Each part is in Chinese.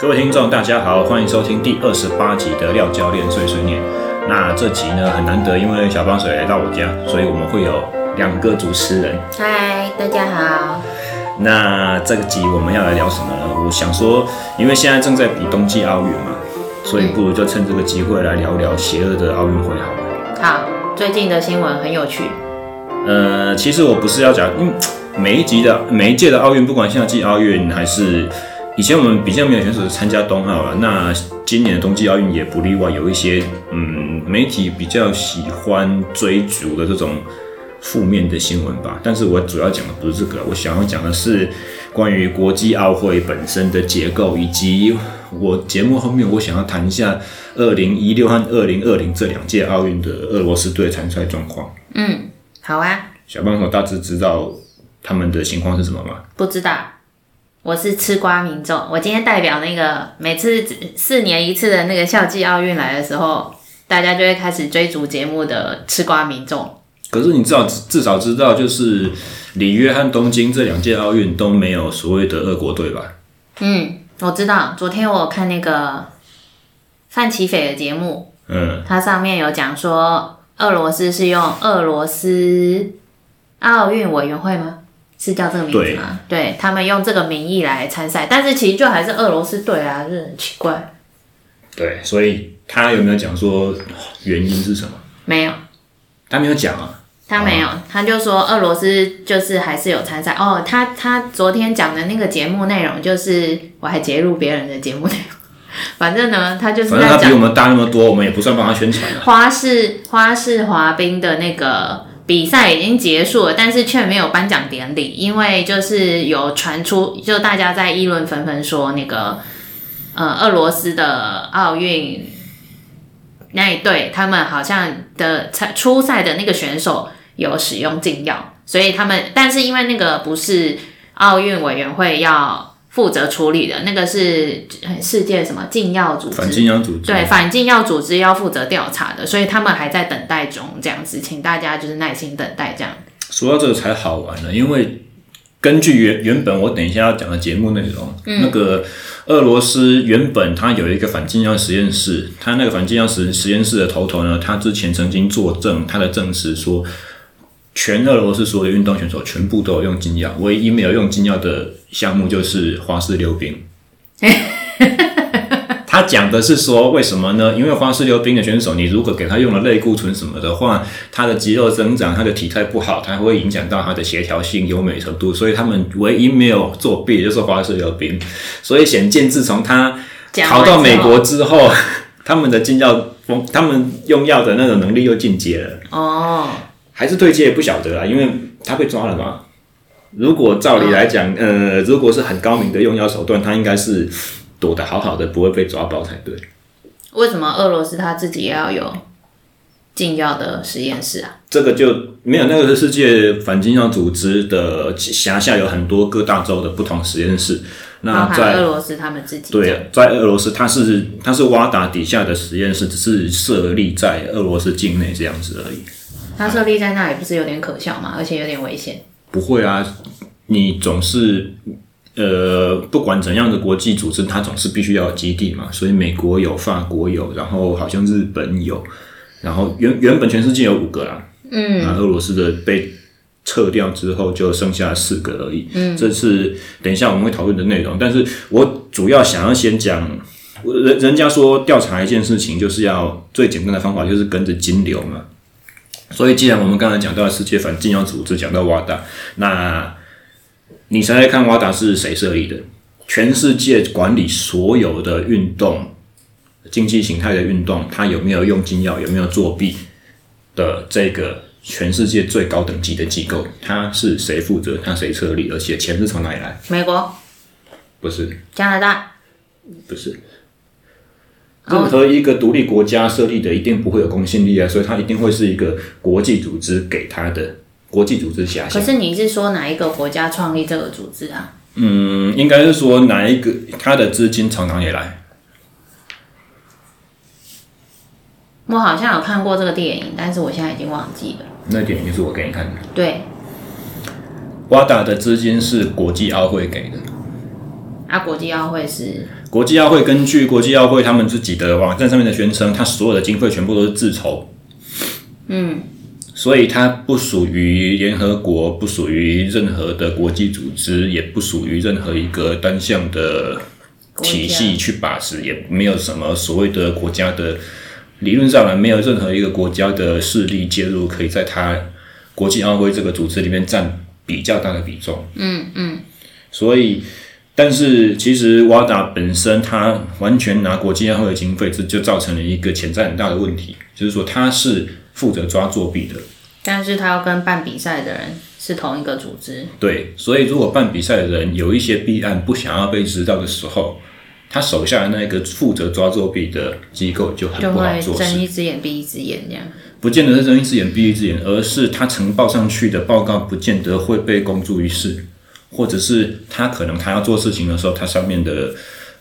各位听众，大家好，欢迎收听第二十八集的廖教练碎碎念。那这集呢很难得，因为小帮水来到我家，所以我们会有两个主持人。嗨，大家好。那这个集我们要来聊什么呢？我想说，因为现在正在比冬季奥运嘛，所以不如就趁这个机会来聊聊邪恶的奥运会好了。好，最近的新闻很有趣。呃，其实我不是要讲，因为每一集的每一届的奥运，不管夏季奥运还是以前我们比较没有选手参加冬奥了，那今年的冬季奥运也不例外，有一些嗯媒体比较喜欢追逐的这种负面的新闻吧。但是我主要讲的不是这个，我想要讲的是关于国际奥会本身的结构，以及我节目后面我想要谈一下二零一六和二零二零这两届奥运的呃俄罗斯队参赛状况。嗯，好啊，小帮手大致知道他们的情况是什么吗？不知道，我是吃瓜民众。我今天代表那个每次只四年一次的那个夏季奥运来的时候，大家就会开始追逐节目的吃瓜民众。可是你至少至少知道，就是里约和东京这两届奥运都没有所谓的俄国队吧？嗯，我知道。昨天我有看那个范奇斐的节目，嗯，它上面有讲说，俄罗斯是用俄罗斯奥运委员会吗？是叫这个名字吗？对他们用这个名义来参赛，但是其实就还是俄罗斯队啊，就是很奇怪。对，所以他有没有讲说原因是什么？没有，他没有讲啊。他没有，他就说俄罗斯就是还是有参赛哦。他他昨天讲的那个节目内容，就是我还截录别人的节目内容，反正呢，他就是反正他在比我讲们大那么多，我们也不算帮他宣传啊。花式花式滑冰的那个比赛已经结束了，但是却没有颁奖典礼，因为就是有传出，就大家在议论纷纷说那个呃俄罗斯的奥运那一队，他们好像的参初赛的那个选手有使用禁药，所以他们但是因为那个不是奥运委员会要负责处理的，那个是呃世界什么禁药组织反禁洋组织，对，反禁药组织要负责调查的，所以他们还在等待中，这样子，请大家就是耐心等待这样。说到这个才好玩呢，因为根据原原本我等一下要讲的节目内容，那个俄罗斯原本它有一个反禁药实验室，它那个反禁药实实验室的头头呢，他之前曾经作证，他的证实说，全俄罗斯所有的运动选手全部都有用禁药，唯一没有用禁药的项目就是花式溜冰。他讲的是说，为什么呢？因为花式溜冰的选手，你如果给他用了类固醇什么的话，他的肌肉增长，他的体态不好，它会影响到他的协调性、优美程度。所以他们唯一没有作弊就是花式溜冰。所以显见，自从他讲完逃到之美后国之后，他们的禁药风，他们用药的那种能力又进阶了。哦，还是对接也不晓得啦，因为他被抓了嘛。如果照理来讲，呃，如果是很高明的用药手段，他应该是躲得好好的，不会被抓包才对。为什么俄罗斯他自己也要有禁药的实验室啊？这个就没有那个是世界反禁药组织的辖下有很多各大洲的不同实验室。包那含在俄罗斯他们自己这样啊对，在俄罗斯，它是它是瓦达底下的实验室，只是设立在俄罗斯境内这样子而已。他设立在那里不是有点可笑吗？而且有点危险。不会啊，你总是呃，不管怎样的国际组织，它总是必须要有基地嘛。所以美国有，法国有，然后好像日本有，然后原原本全世界有五个啦，嗯，啊，俄罗斯的被撤掉之后就剩下四个而已。嗯，这是等一下我们会讨论的内容，但是我主要想要先讲。我人人家说调查一件事情，就是要最简单的方法就是跟着金流嘛。所以，既然我们刚才讲到世界反禁药组织，讲到瓦达，那你猜猜看，瓦达是谁设立的？全世界管理所有的运动、竞技形态的运动，它有没有用禁药，有没有作弊的这个全世界最高等级的机构，它是谁负责？它谁设立？而且钱是从哪里来？美国、不是，加拿大，不是。任何一个独立国家设立的一定不会有公信力啊，所以它一定会是一个国际组织给它的国际组织辖下可。是你是说哪一个国家创立这个组织啊？嗯，应该是说哪一个他的资金从哪里来？我好像有看过这个电影，但是我现在已经忘记了。那点就是我给你看的。对， WADA 的资金是国际奥会给的，啊，国际奥会是国际奥会根据国际奥会他们自己的网站上面的宣称，它所有的经费全部都是自筹，嗯，所以它不属于联合国，不属于任何的国际组织，也不属于任何一个单项的国啊体家系去把持，也没有什么所谓的国家的理论上来，没有任何一个国家的势力介入可以在它国际奥会这个组织里面占比较大的比重。嗯嗯，所以，但是其实瓦达本身它完全拿国际奥会的经费，这就造成了一个潜在很大的问题，就是说它是负责抓作弊的。但是他要跟办比赛的人是同一个组织，对，所以如果办比赛的人有一些弊案不想要被知道的时候，他手下的那个负责抓作弊的机构就很就不好会做睁事，一只眼闭一只眼这样。不见得是睁一只眼闭一只眼，而是他呈报上去的报告不见得会被公诸于世，或者是他可能他要做事情的时候，他上面的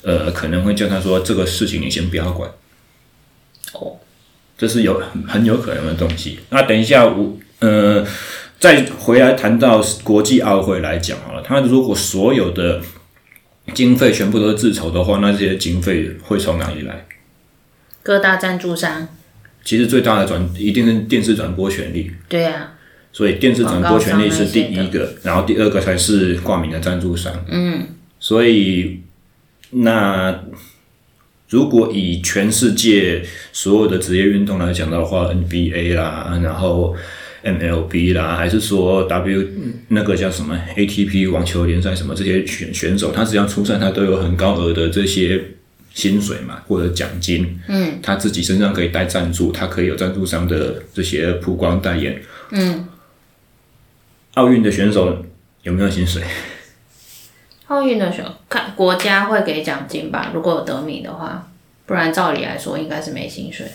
呃可能会叫他说这个事情你先不要管。哦，这是有很有可能的东西。那等一下我呃再回来谈到国际奥会来讲好了，它如果所有的经费全部都是自筹的话，那这些经费会从哪里来？各大赞助商，其实最大的转一定是电视转播权利，对啊呀、所以电视转播权利是第一个，然后第二个才是挂名的赞助商。嗯，所以那如果以全世界所有的职业运动来讲的话，NBA 啦，然后 MLB 啦，还是说 W 那个叫什么 ATP 网球联赛什么这些选选手，他只要出赛，他都有很高额的这些薪水嘛，或者奖金。嗯，他自己身上可以带赞助，他可以有赞助商的这些曝光代言。嗯，奥运的选手有没有薪水？奥运的时候看国家会给奖金吧，如果有得名的话，不然照理来说应该是没薪水。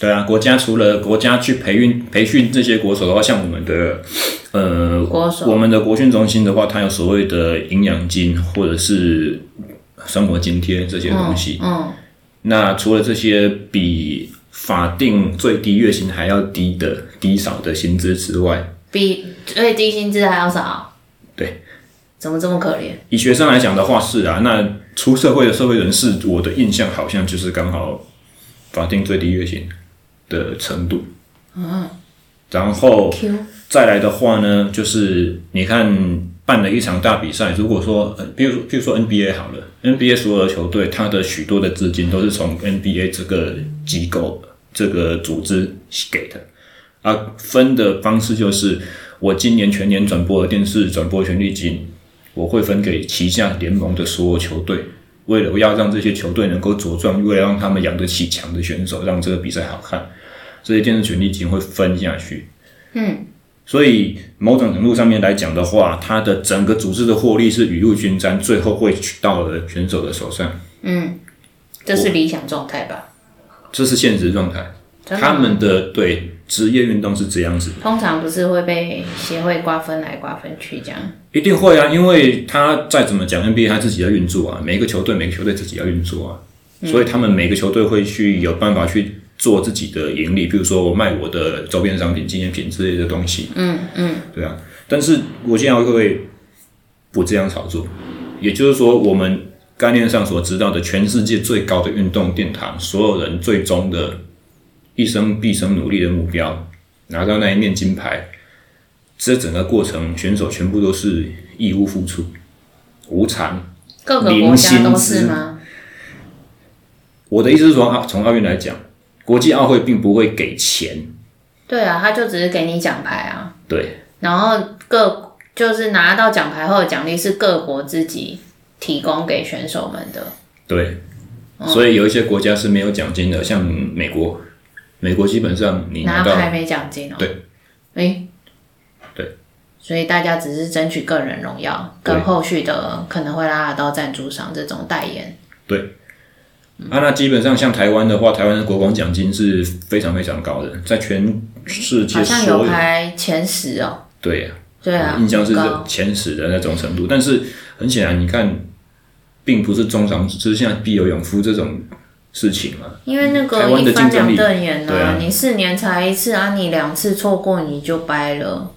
对啊，国家除了国家去培训培训这些国手的话，像我们的呃国手我们的国训中心的话，它有所谓的营养金或者是生活津贴这些东西。嗯，那除了这些比法定最低月薪还要低的低少的薪资之外，比最低薪资还要少。对，怎么这么可怜？以学生来讲的话是啊，那出社会的社会人士，我的印象好像就是刚好法定最低月薪的程度。嗯，然后 Q 再来的话呢，就是你看办了一场大比赛，如果说，呃，比如说，比如说 NBA 好了，NBA 所有的球队，它的许多的资金都是从 NBA 这个机构、这个组织给的，啊，分的方式就是我今年全年转播的电视转播权利金，我会分给旗下联盟的所有球队。为了要让这些球队能够茁壮，为了让他们养得起强的选手，让这个比赛好看，这些电视权利金会分下去。所以某种程度上面来讲的话，它的整个组织的获利是雨露均沾，最后会去到了选手的手上，这是理想状态吧？这是现实状态。真的他们的对职业运动是这样子，通常不是会被协会瓜分来瓜分去这样。一定会啊，因为他再怎么讲 NBA，他自己要运作啊，每个球队每个球队自己要运作啊，嗯所以他们每个球队会去有办法去做自己的盈利，比如说我卖我的周边商品、纪念品之类的东西，嗯嗯，对啊，但是国际奥会不这样炒作，也就是说，我们概念上所知道的全世界最高的运动殿堂，所有人最终的一生毕生努力的目标，拿到那一面金牌，这整个过程选手全部都是义务付出，无偿。各个国零家薪都资是吗？我的意思是说，啊从奥运来讲，国际奥会并不会给钱，对啊，他就只是给你奖牌啊。对，然后各就是拿到奖牌后的奖励是各国自己提供给选手们的。对，哦所以有一些国家是没有奖金的，像美国，美国基本上你拿拿到牌没奖金哦。对。诶，对。所以大家只是争取个人荣耀，对跟后续的可能会拉到赞助商这种代言。啊，那基本上像台湾的话，台湾的国光奖金是非常非常高的，在全世好界像所有有排前十哦。对啊，对啊，印象是很高前十的那种程度。但是很显然，你看，并不是中长，就是像必有勇夫这种事情嘛。因为那台个湾的一翻竞争两力瞪眼对啊你四年才一次啊，你两次错过你就掰了。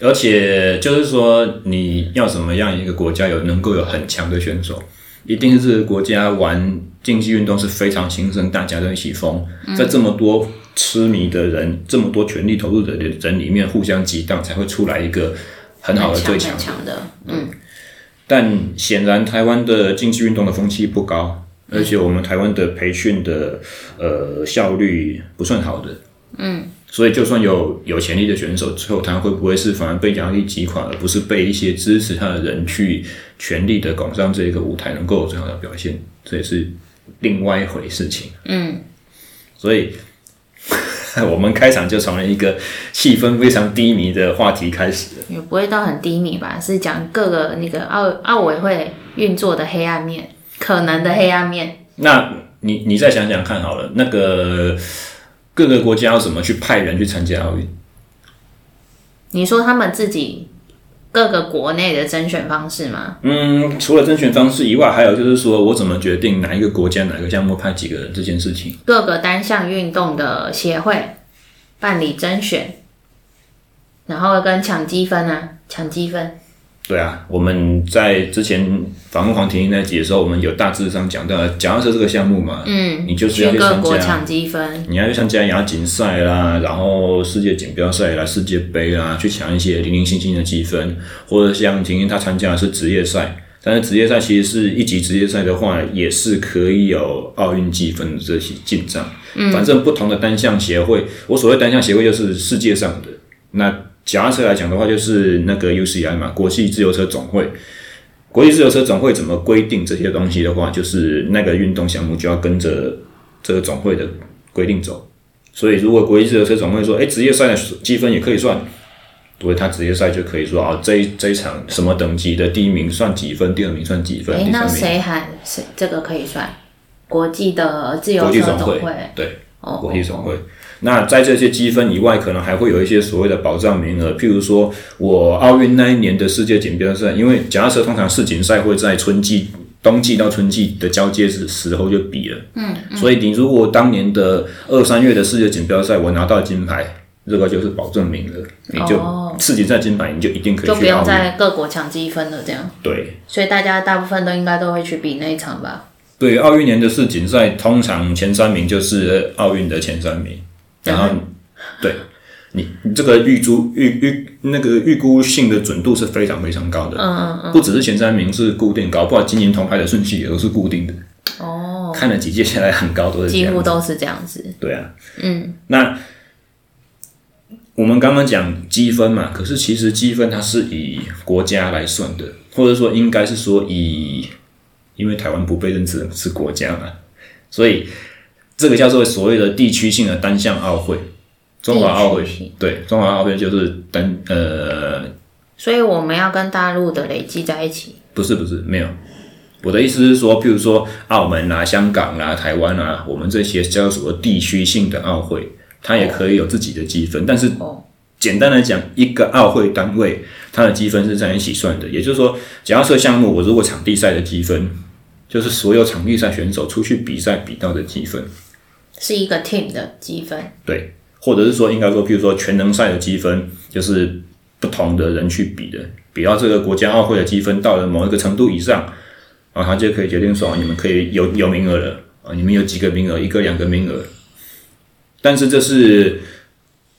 而且就是说，你要怎么样一个国家有能够有很强的选手，一定是这个国家玩竞技运动是非常兴盛，大家都一起疯，在这么多痴迷的人、这么多全力投入的人里面互相激荡，才会出来一个很好的最很强强。强的，嗯，但显然台湾的竞技运动的风气不高，而且我们台湾的培训的呃效率不算好的，嗯，所以就算有有潜力的选手，最后他会不会是反而被压力击垮，而不是被一些支持他的人去全力的拱上这个舞台，能够有最好的表现，这也是另外一回事情，嗯，所以。 我们开场就从了一个气氛非常低迷的话题开始，也不会到很低迷吧，是讲各个那个奥奥委会运作的黑暗面，可能的黑暗面。那你你再想想看好了，那个各个国家要怎么去派人去参加奥运？你说他们自己各个国内的甄选方式吗？嗯，除了甄选方式以外，还有就是说我怎么决定哪一个国家哪个项目派几个人这件事情。各个单项运动的协会办理甄选，然后跟抢积分啊，抢积分。对啊，我们在之前访问黄婷那集的时候，我们有大致上讲到讲到是这个项目嘛，嗯，你就是要去去各参加。国啊抢积分，你要去参加亚锦赛啦，然后世界锦标赛啦、世界杯啦，去抢一些零零星星的积分，或者像婷婷她参加的是职业赛，但是职业赛其实是一级职业赛的话，也是可以有奥运积分的这些进账。嗯，反正不同的单项协会，我所谓单项协会就是世界上的那。假设来讲的话，就是那个 UCI 嘛，国际自由车总会。国际自由车总会怎么规定这些东西的话，就是那个运动项目就要跟着这个总会的规定走。所以如果国际自由车总会说，哎，职业赛的积分也可以算，所以他职业赛就可以说啊，这一这一场什么等级的第一名算几分，第二名算几分，诶，第那三名谁喊谁这个可以算国际的自由国际车总总会会，对，哦国际总会。那在这些积分以外，可能还会有一些所谓的保障名额，譬如说我奥运那一年的世界锦标赛，因为假设通常世锦赛会在春季、冬季到春季的交接时时候就比了，嗯，所以你如果当年的二三月的世界锦标赛我拿到金牌，这个就是保证名额，你就、哦世锦赛金牌你就一定可就以不去用奥运，在各国抢积分了这样。对，所以大家大部分都应该都会去比那一场吧。对，奥运年的世锦赛通常前三名就是奥运的前三名，然后、对你你这个预估预预那个预估性的准度是非常非常高的，嗯嗯嗯，不只是前三名是固定，搞不好今年铜牌的顺序也都是固定的，哦，看了几届下来很高都是这几样乎子，都是这样子。对啊，嗯，那我们刚刚讲积分嘛，可是其实积分它是以国家来算的，或者说应该是说以，因为台湾不被认知是国家嘛，所以这个叫做所谓的地区性的单项奥会。中华奥会地区性对中华奥会就是单呃所以我们要跟大陆的累积在一起。不是不是，没有。我的意思是说，譬如说澳门啊、香港啊、台湾啊，我们这些叫做地区性的奥会，它也可以有自己的积分。但是哦，简单来讲，一个奥会单位它的积分是在一起算的。也就是说，假设项目我如果场地赛的积分，就是所有场地赛选手出去比赛比到的积分，是一个 team 的积分。对，或者是说应该说，譬如说全能赛的积分，就是不同的人去比的，比到这个国家奥会的积分到了某一个程度以上，啊，他就可以决定说，哦你们可以有有名额了啊，你们有几个名额，一个两个名额。但是这是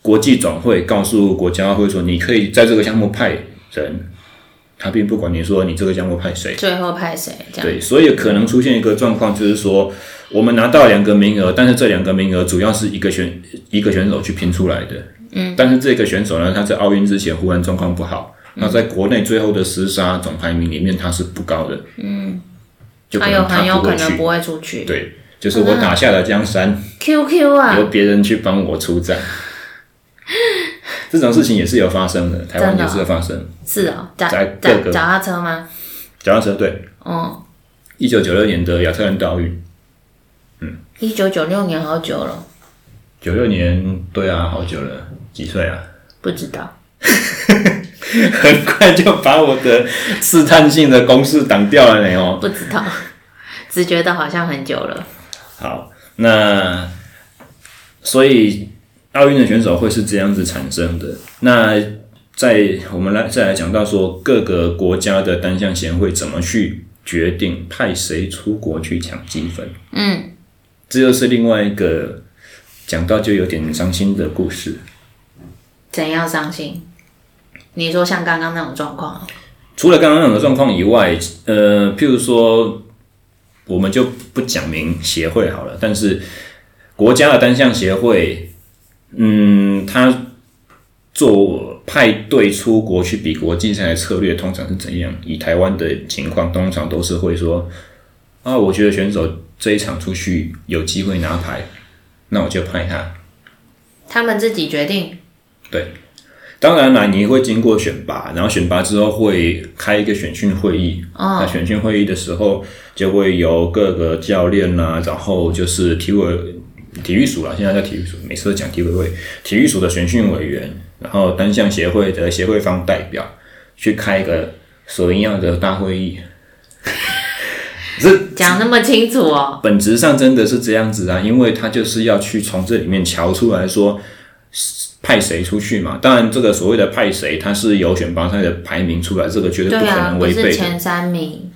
国际总会告诉国家奥会说，你可以在这个项目派人，他并不管你说你这个项目派谁，最后派谁这样？对，所以可能出现一个状况，就是说我们拿到两个名额，但是这两个名额主要是一个选一个选手去拼出来的。嗯，但是这个选手呢，他在奥运之前忽然状况不好，嗯那在国内最后的厮杀总排名里面他是不高的。嗯，就可啊他有能他很有不可会能去。不会出去。对，就是我打下了江山， QQ 由啊，别人去帮我出 战。这种事情也是有发生的，台湾真的也哦是有发生。是哦，脚在脚各个脚踏车吗？脚踏车对，哦，一九九六年的亚特兰大奥运，一九九六年好久了，九六年，对啊，好久了，几岁啊？不知道。 很快就把我的试探性的公式挡掉了呢哦。不知道， 只觉得好像很久了。好，那所以奥运的选手会是这样子产生的。那在我们来再来讲到说各个国家的单项协会怎么去决定派谁出国去抢积分。嗯，这又是另外一个讲到就有点伤心的故事。怎样伤心？你说像刚刚那种状况，哦除了刚刚那种状况以外，呃，譬如说，我们就不讲明协会好了，但是国家的单项协会，嗯，它做派队出国去比国际赛的策略通常是怎样？以台湾的情况，通常都是会说，啊，我觉得选手这一场出去有机会拿牌，那我就派他。他们自己决定。当然啦，你会经过选拔，然后选拔之后会开一个选训会议。那选训会议的时候，就会由各个教练啦、然后就是体委体育署啦，现在叫体育署，每次都讲体委会，体育署的选训委员，然后单项协会的协会方代表去开一个所一样的大会议。这讲那么清楚哦，本质上真的是这样子啊，因为他就是要去从这里面瞧出来说派谁出去嘛。当然，这个所谓的派谁，它是由选拔赛的排名出来，这个绝对不对可啊，能不违是背的，前三名，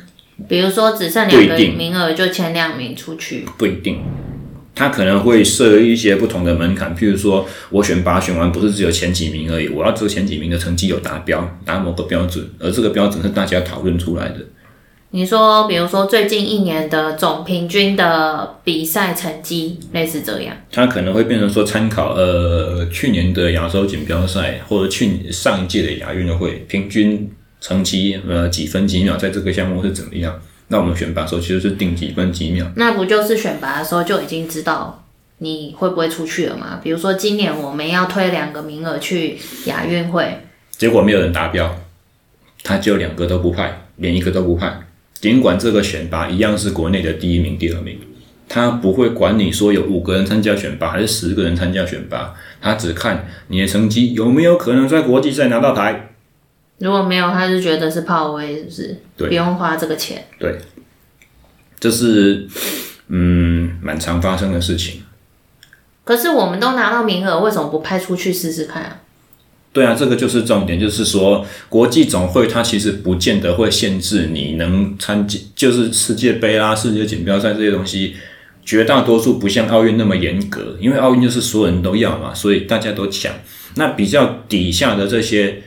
比如说只剩不两一个定名额，就前两名出去。不一定。他可能会设一些不同的门槛，譬如说我选拔选完不是只有前几名而已，我要这前几名的成绩有达标，达某个标准，而这个标准是大家讨论出来的。你说，比如说最近一年的总平均的比赛成绩，类似这样。它可能会变成说参考呃去年的亚洲锦标赛或者去上一届的亚运会平均成绩呃几分几秒在这个项目是怎么样？那我们选拔的时候其实是定几分几秒，那不就是选拔的时候就已经知道你会不会出去了吗？比如说今年我们要推两个名额去亚运会，结果没有人达标，他就两个都不派，连一个都不派。尽管这个选拔一样是国内的第一名、第二名，他不会管你说有五个人参加选拔还是十个人参加选拔，他只看你的成绩有没有可能在国际赛拿到牌。如果没有，他就觉得是炮灰，是不是？对不用花这个钱。这是嗯蛮常发生的事情。可是我们都拿到名额，为什么不派出去试试看啊？对啊，这个就是重点，就是说国际总会它其实不见得会限制你能参加，就是世界杯啦、世界锦标赛这些东西，绝大多数不像奥运那么严格，因为奥运就是所有人都要嘛，所以大家都抢。那比较底下的这些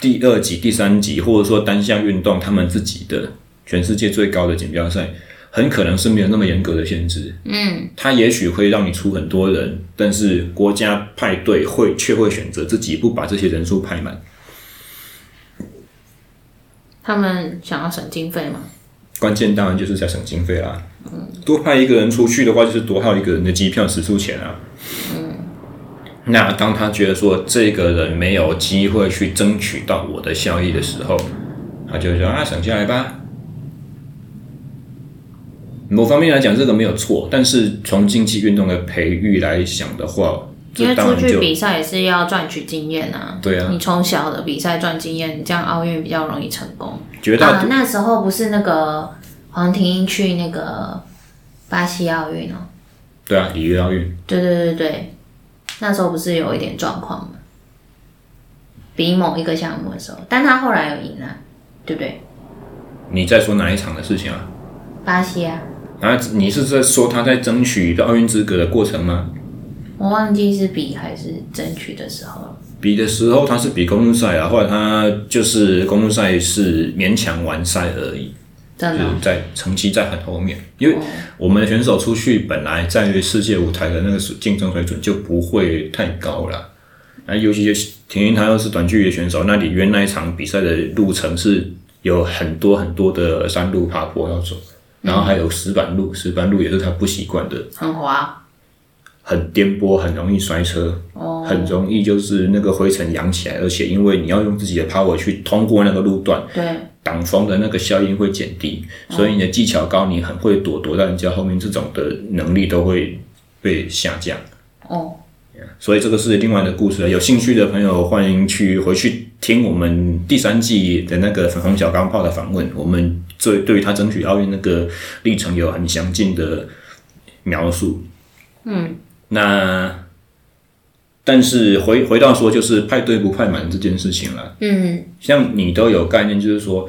第二级、第三级，或者说单项运动，他们自己的全世界最高的锦标赛，很可能是没有那么严格的限制。他也许会让你出很多人，但是国家派队会却会选择自己不把这些人数派满。他们想要省经费吗？关键当然就是在省经费啦。多派一个人出去的话，就是多耗一个人的机票食宿钱啊。那当他觉得说这个人没有机会去争取到我的效益的时候，他就会说啊，省下来吧。某方面来讲，这个没有错，但是从竞技运动的培育来想的话，因这为当出然去就比赛也是要赚取经验啊。对啊，你从小的比赛赚经验，你这样奥运比较容易成功。绝大啊，那时候不是那个黄婷英去那个巴西奥运哦？对啊，里约奥运对对对对，那时候不是有一点状况吗？比某一个项目的时候，但他后来有赢啊，对不对？你在说哪一场的事情啊？巴西啊，啊，你是在说他在争取奥运资格的过程吗？我忘记是比还是争取的时候了。比的时候他是比公路赛啊，后来他就是公路赛是勉强完赛而已，就真是的哦、在成绩在很后面。因为我们的选手出去本来在世界舞台的那个水竞争水准就不会太高了，那尤其是田英他又是短距离的选手，那里约那一场比赛的路程是有很多很多的山路爬坡要走，然后还有石板路，石板路也是他不习惯的。很滑很颠簸，很容易摔车，哦，很容易就是那个灰尘扬起来，而且因为你要用自己的 power 去通过那个路段，对，挡风的那个效应会减低，所以你的技巧高，你很会躲，躲到人家后面，这种的能力都会被下降。哦，所以这个是另外的故事了。有兴趣的朋友，欢迎去回去听我们第三季的那个粉红小钢炮的访问，我们对对于他争取奥运那个历程有很详尽的描述。嗯，那但是回回到说，就是派对不派满这件事情了。嗯，像你都有概念，就是说，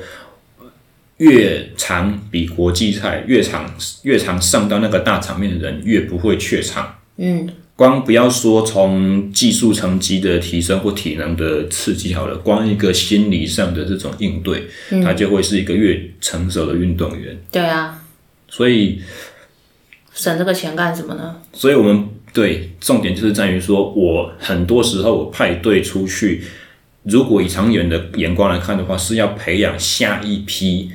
越常比国际赛越常越常上到那个大场面的人，越不会怯场。嗯，光不要说从技术成绩的提升或体能的刺激好了，光一个心理上的这种应对，他就会是一个越成熟的运动员。对啊，所以，省这个钱干什么呢？所以我们对重点就是在于说，我很多时候我派队出去，如果以长远的眼光来看的话，是要培养下一批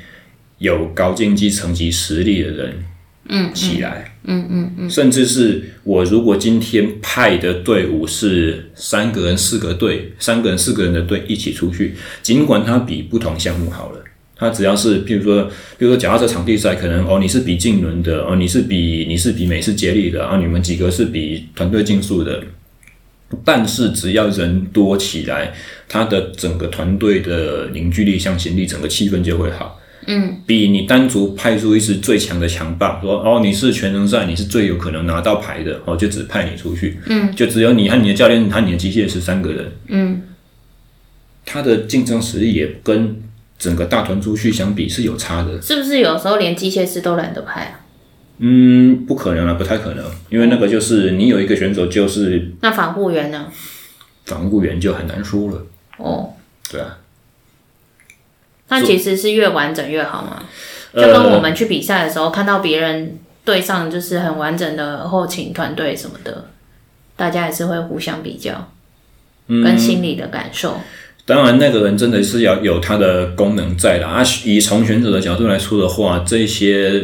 有高竞技成绩实力的人，嗯，起来，嗯嗯嗯，甚至是我如果今天派的队伍是三个人、四个队，三个人、四个人的队一起出去，尽管他比不同项目好了。他只要是，譬如说，比如说脚踏车场地赛，可能哦，你是比竞轮的，哦，你是比你是比美式接力的，啊，你们几个是比团队竞速的。但是只要人多起来，他的整个团队的凝聚力、向心力，整个气氛就会好。嗯，比你单独派出一支最强的强棒，说哦你是全能赛，你是最有可能拿到牌的，哦就只派你出去，嗯，就只有你和你的教练和你的机械师三个人，嗯，他的竞争实力也跟整个大团出去相比是有差的，是不是有时候连机械师都懒得拍啊？嗯，不可能啊，不太可能，因为那个就是你有一个选手就是那防护员呢？防护员就很难说了，哦，对啊，那其实是越完整越好嘛。就跟呃我们去比赛的时候，看到别人队上就是很完整的后勤团队什么的，大家也是会互相比较，跟心理的感受。嗯当然，那个人真的是要有他的功能在啦。啊，以从选手的角度来说的话，这些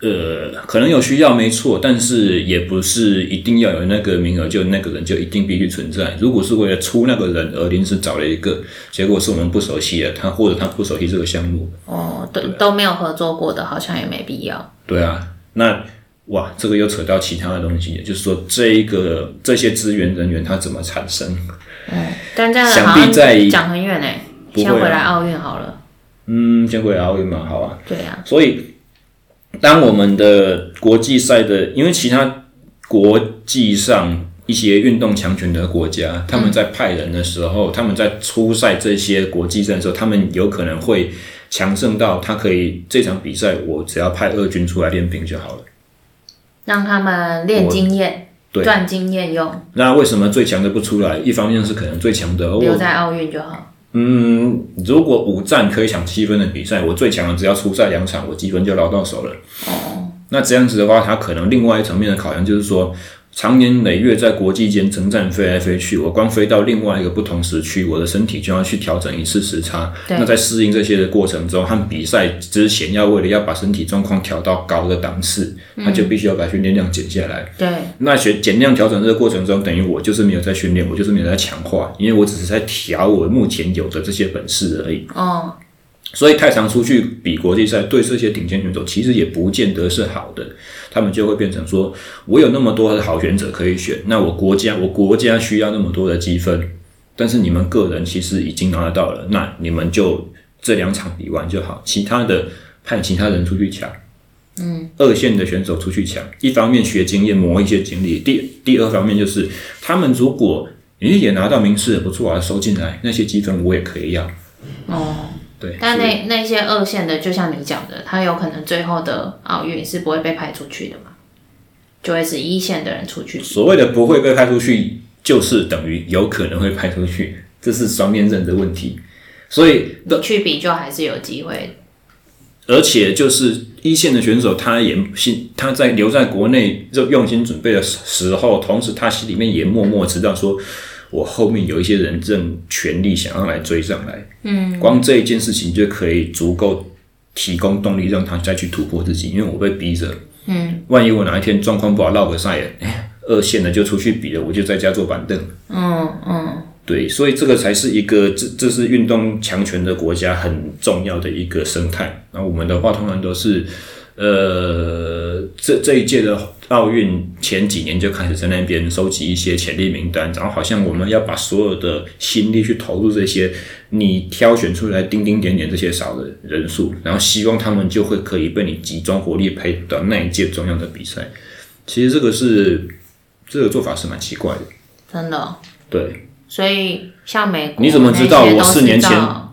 呃可能有需要没错，但是也不是一定要有那个名额，就那个人就一定必须存在。如果是为了出那个人而临时找了一个，结果是我们不熟悉的他，或者他不熟悉这个项目，哦，都都没有合作过的，好像也没必要。对啊，那哇，这个又扯到其他的东西，就是说这一个这些资源人员他怎么产生？但这样想好必在像讲很远哎、不会啊先回来奥运好了。嗯，结果也奥运嘛，好啊。对呀、所以，当我们的国际赛的，因为其他国际上一些运动强权的国家，他们在派人的时候，他们在出赛这些国际战的时候，他们有可能会强盛到他可以这场比赛，我只要派二军出来练兵就好了。让他们练经验，对赚经验用，那为什么最强的不出来？一方面是可能最强的，哦留我在奥运就好。嗯，如果五战可以抢七分的比赛，我最强的只要出赛两场，我积分就捞到手了。哦，那这样子的话，他可能另外一层面的考量就是说，长年累月在国际间征战飞来飞去，我光飞到另外一个不同时区，我的身体就要去调整一次时差。对那在适应这些的过程中，和比赛之前要为了要把身体状况调到高的档次，他就必须要把训练量减下来。对，那减减量调整这个过程中，等于我就是没有在训练，我就是没有在强化，因为我只是在调我目前有的这些本事而已。哦，所以太常出去比国际赛，对这些顶尖选手其实也不见得是好的，他们就会变成说，我有那么多的好选者可以选，那我国家我国家需要那么多的积分，但是你们个人其实已经拿得到了，那你们就这两场比完就好，其他的派其他人出去抢。嗯，二线的选手出去抢，一方面学经验磨一些经历，第第二方面就是他们如果诶也拿到名次也不错啊，收进来那些积分我也可以要。哦。对，但嗯所以那那些二线的，就像你讲的，他有可能最后的奥运是不会被派出去的嘛，就会是一线的人出去。所谓的不会被派出去，就是等于有可能会派出去，这是双面刃的问题。所以，你去比就还是有机会，而且就是一线的选手，他也心他在留在国内就用心准备的时候，同时他心里面也默默知道说，我后面有一些人正全力想要来追上来。嗯，光这一件事情就可以足够提供动力，让他再去突破自己。因为我被逼着，嗯，万一我哪一天状况不好，落个赛了，哎二线的就出去比了，我就在家坐板凳。嗯嗯，对，所以这个才是一个这这是运动强权的国家很重要的一个生态。那我们的话，通常都是，呃，这这一届的奥运前几年就开始在那边收集一些潜力名单，然后好像我们要把所有的心力去投入这些你挑选出来丁丁点点这些少的人数，然后希望他们就会可以被你集中火力陪到那一届重要的比赛。其实这个是这个做法是蛮奇怪的，真的哦。对。所以像美国，你怎么知道我四年前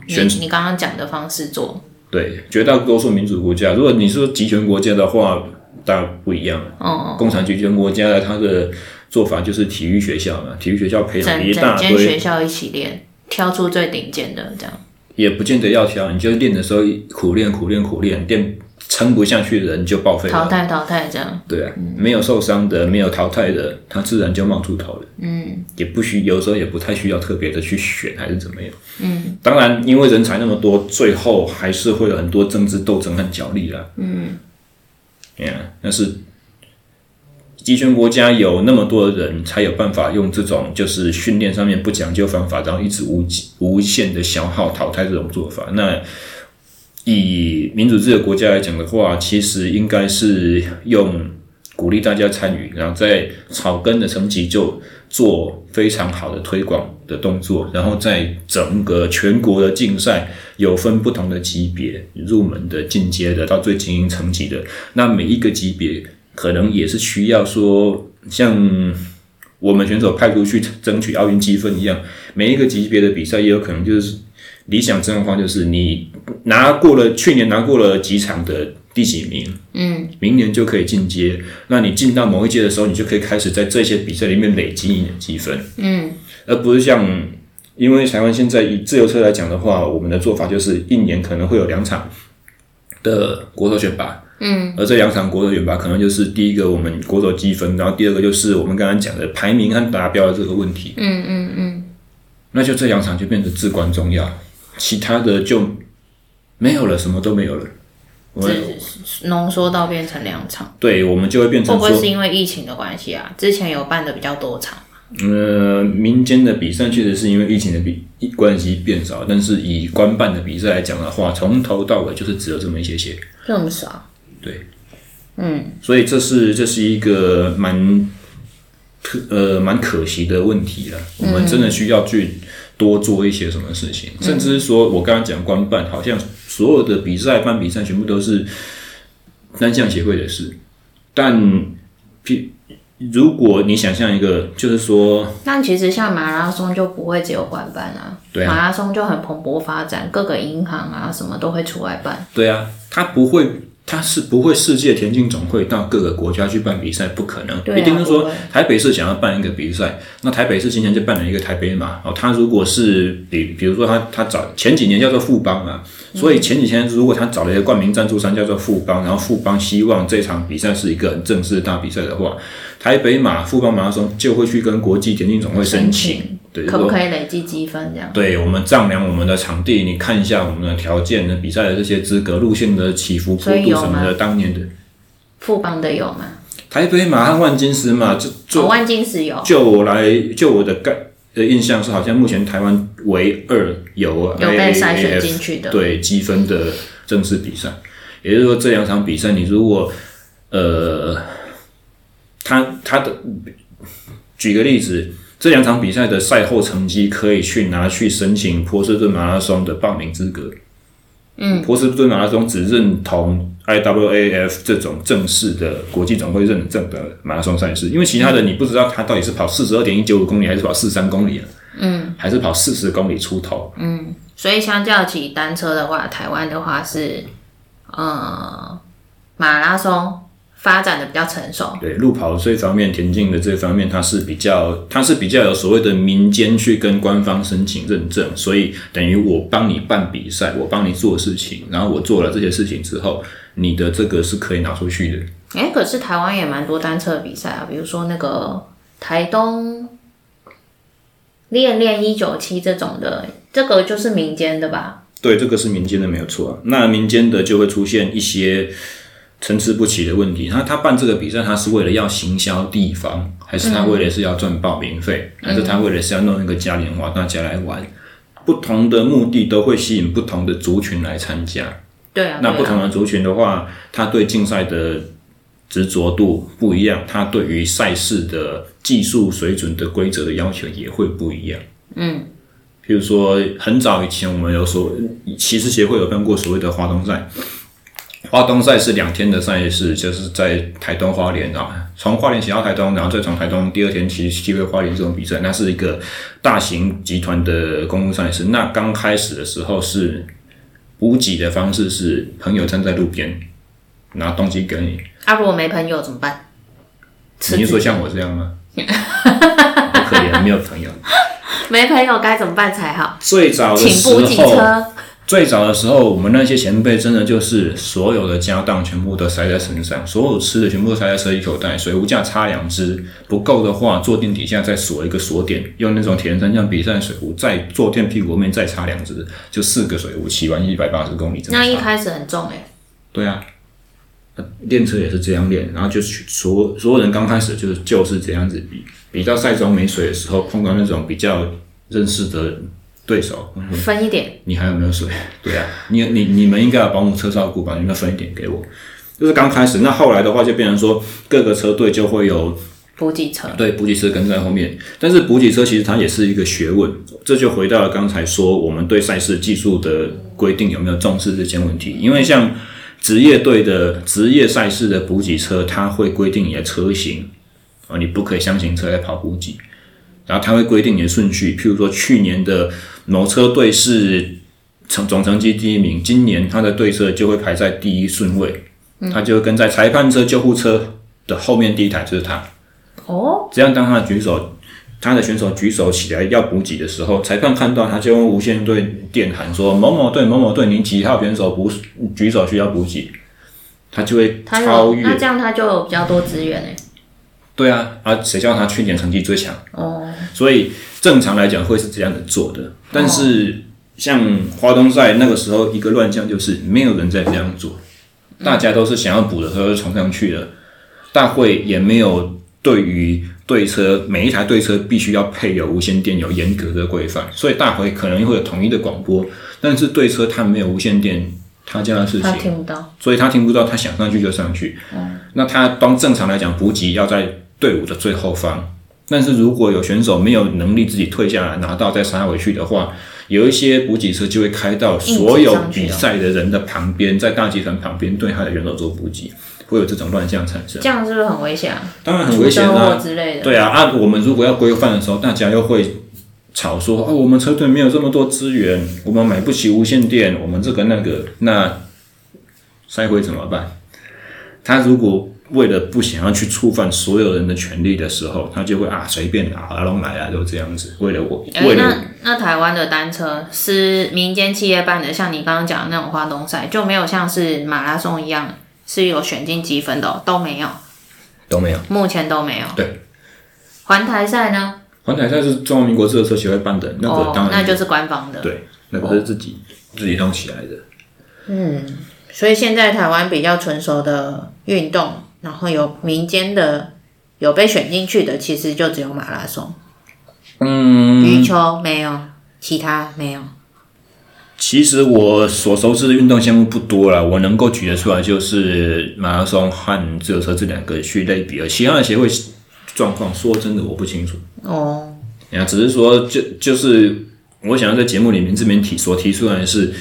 选选你你刚刚讲的方式做？对，绝大多数民主国家，如果你说集权国家的话，当然不一样了。哦，共产集权国家的它的做法就是体育学校嘛，体育学校培养整一大整间堆，学校一起练，挑出最顶尖的这样。也不见得要挑，你就练的时候苦练苦练苦练，练撑不下去的人就报废淘了。汰淘汰这样，对啊，嗯没有受伤的，没有淘汰的，他自然就冒出头了。嗯也不需有时候也不太需要特别的去选还是怎么样。嗯当然，因为人才那么多，最后还是会有很多政治斗争和角力啦。嗯， y 但是集权国家有那么多的人，才有办法用这种就是训练上面不讲究方法，然后一直无无限的消耗淘汰这种做法。那以民主制的国家来讲的话，其实应该是用鼓励大家参与，然后在草根的层级就做非常好的推广的动作，然后在整个全国的竞赛有分不同的级别，入门的、进阶的到最精英层级的，那每一个级别可能也是需要说，像我们选手派出去争取奥运积分一样，每一个级别的比赛也有可能就是理想状况，就是你拿过了去年拿过了几场的第几名，嗯，明年就可以进阶。那你进到某一届的时候，你就可以开始在这些比赛里面累积你的积分，嗯，而不是像。因为台湾现在以自由车来讲的话，我们的做法就是一年可能会有两场的国手选拔，而这两场国手选拔，可能就是第一个我们国手积分，然后第二个就是我们刚刚讲的排名和达标的这个问题。嗯嗯嗯，那就这两场就变得至关重要，其他的就没有了，什么都没有了。我们只浓缩到变成两场，对，我们就会变会成不会说是，因为疫情的关系啊？之前有办的比较多场，呃，民间的比赛确实是因为疫情的比关系变少，但是以官办的比赛来讲的话，从头到尾就是只有这么一些些。这么少，啊所以这是这是一个蛮可呃蛮可惜的问题了。我们真的需要去多做一些什么事情，甚至是说我刚刚讲官办，好像所有的比赛办比赛全部都是单项协会的事，但譬如果你想象一个，就是说那其实像马拉松就不会只有官办啊，对啊马拉松就很蓬勃发展，各个银行啊什么都会出来办，对啊，他不会，他是不会世界田径总会到各个国家去办比赛，不可能。对啊一定是不说会台北市想要办一个比赛，那台北市今年就办了一个台北马。哦，他如果是比，比如说他他找前几年叫做富邦嘛，嗯所以前几天如果他找了一个冠名赞助商叫做富邦，然后富邦希望这场比赛是一个很正式的大比赛的话，台北马富邦马拉松就会去跟国际田径总会申请，对，可不说可以累积积分这样？对我们丈量我们的场地，你看一下我们的条件、比赛的这些资格、路线的起伏、坡所以度有什么的。当年的富邦的有吗？台北马和万金石嘛，这哦，就万金石有，就我来就我的概的印象是，好像目前台湾唯二有哎有被筛选 IAAF 进去的对积分的正式比赛。也就是说，这两场比赛你如果呃，他他的举个例子，这两场比赛的赛后成绩可以去拿去申请波士顿马拉松的报名资格。嗯，波士顿马拉松只认同 IWAF 这种正式的国际总会认证的马拉松赛事，因为其他的你不知道他到底是跑四十二点一九五公里，还是跑四三公里啊？嗯，还是跑四十公里出头？所以相较起单车的话，台湾的话是，呃，马拉松发展的比较成熟，对，路跑这方面、田径的这方面，它是比较，它是比较有所谓的民间去跟官方申请认证，所以等于我帮你办比赛，我帮你做事情，然后我做了这些事情之后，你的这个是可以拿出去的。哎、可是台湾也蛮多单车比赛啊，比如说那个台东练练一九七这种的，这个就是民间的吧？对，这个是民间的没有错、啊。那民间的就会出现一些参差不齐的问题。他他办这个比赛，他是为了要行销地方，还是他为了是要赚报名费，还是他为了是要弄一个嘉年华大家来玩？不同的目的都会吸引不同的族群来参加。对啊，那不对啊，同的族群的话，他对竞赛的执着度不一样，他对于赛事的技术水准的规则的要求也会不一样。嗯，譬如说，很早以前我们有所骑士协会有办过所谓的华东赛，华东赛是两天的赛事，就是在台东花莲啊，从花莲骑到台东，然后再从台东第二天骑骑回花莲这种比赛，那是一个大型集团的公路赛事。那刚开始的时候是屋脊的方式是朋友站在路边拿东西给你，啊，如果没朋友怎么办？辞你是职说像我这样吗？好可怜，没有朋 友。没朋友该怎么办才好？最早的请时补给候，车，最早的时候，我们那些前辈真的就是所有的家当全部都塞在身上，所有吃的全部都塞在车衣口袋，水壶架插两只，不够的话坐垫底下再锁一个锁点，用那种铁人三项比赛水壶再坐垫屁股后面再插两只，就四个水壶骑完一百八十公里，真的那一差开始很重哎、对啊，呃练车也是这样练，然后就是去所有所有人刚开始就是就是这样子比，比到赛中没水的时候，碰到那种比较认识的对手，我说分一点，你还有没有水？ 对啊，你你你们应该有保姆车照顾吧？你们分一点给我。就是刚开始，那后来的话就变成说，各个车队就会有补给车。对补给车跟在后面，但是补给车其实它也是一个学问，这就回到了刚才说我们对赛事技术的规定有没有重视这些问题，因为像职业队的职业赛事的补给车，它会规定你的车型，啊，你不可以箱型车来跑补给，然后它会规定你的顺序，譬如说去年的某车队是成总成绩第一名，今年它的对策就会排在第一顺位，它就会跟在裁判车、救护车的后面第一台就是它。哦，这样当他的举手，他的选手举手起来要补给的时候，裁判看到他就用无线对电喊说：“某某队某某队，您几号选手补举手需要补给？”他就会他超有那越。这样他就有比较多资源哎、对啊，啊，谁叫他去年成绩最强？哦，所以正常来讲会是这样子做的。但是像华东赛那个时候，一个乱象就是没有人在这样做，大家都是想要补的时候就冲上去了。大会也没有对于对车每一台对车必须要配有无线电有严格的规范，所以大会可能会有统一的广播，但是对车它没有无线电，它这样的事他情听不到，所以他听不到，他想上去就上去。那他当正常来讲，补给要在队伍的最后方。但是如果有选手没有能力自己退下来拿到再杀回去的话，有一些补给车就会开到所有比赛的人的旁边，在大集团旁边对他的选手做补给，会有这种乱象产生。这样是不是很危险、啊？当然很危险出车祸啊，之类的。对啊，啊，我们如果要规范的时候，大家又会吵说，哦，我们车队没有这么多资源，我们买不起无线电，我们这个那个，那赛会怎么办？他如果为了不想要去触犯所有人的权利的时候，他就会啊随便拿啊弄来啊都这样子，为了我，哎、为了那那台湾的单车是民间企业办的，像你刚刚讲的那种花东赛，就没有像是马拉松一样是有选进积分的哦、都没有，都没有。目前都没有。对，环台赛呢？环台赛是中华民国自行车协会办的，那个哦当，那然、就是官方的。对，那个是自己、自己弄起来的。所以现在台湾比较成熟的运动，然后有民间的有被选进去的，其实就只有马拉松、嗯，羽球没有，其他没有。其实我所熟知的运动项目不多了，我能够举得出来就是马拉松和自由车这两个去类比而其他的协会状况，说真的我不清楚。哦，啊，只是说就就是我想要在节目里面这边提所提出来的是，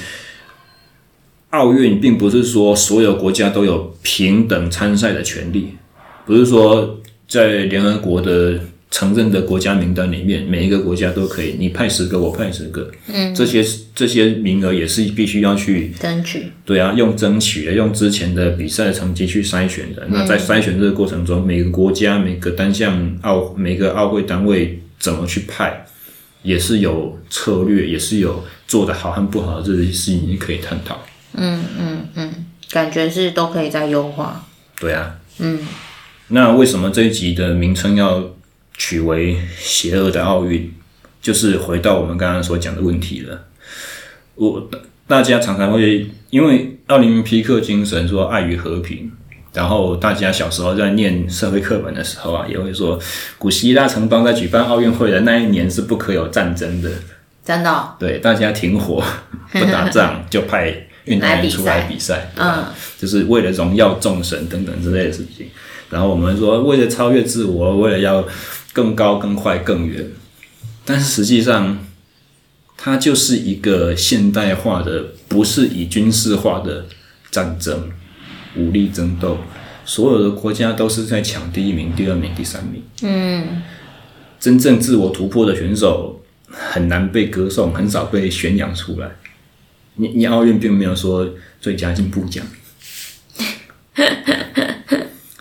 奥运并不是说所有国家都有平等参赛的权利，不是说在联合国的承认的国家名单里面，每一个国家都可以，你派十个，我派十个，嗯，这些这些名额也是必须要去争取对啊，用争取的，用之前的比赛成绩去筛选的。那在筛选这个过程中，每个国家、每个单项奥、每个奥会单位怎么去派，也是有策略，也是有做得好和不好的这些事情可以探讨。感觉是都可以再优化。对啊，嗯，那为什么这一集的名称要取为“邪恶的奥运”？就是回到我们刚刚所讲的问题了。我大家常常会因为奥林匹克精神说爱与和平，然后大家小时候在念社会课本的时候啊，也会说古希腊城邦在举办奥运会的那一年是不可有战争的，真的哦、对，大家停火不打 仗，就派运动员出来比赛，嗯，就是为了荣耀众神等等之类的事情。然后我们说，为了超越自我，为了要更高、更快、更远，但是实际上，它就是一个现代化的，不是以军事化的战争、武力争斗。所有的国家都是在抢第一名、第二名、第三名。嗯，真正自我突破的选手很难被歌颂，很少被宣扬出来。你你奥运并没有说最佳进步 奖，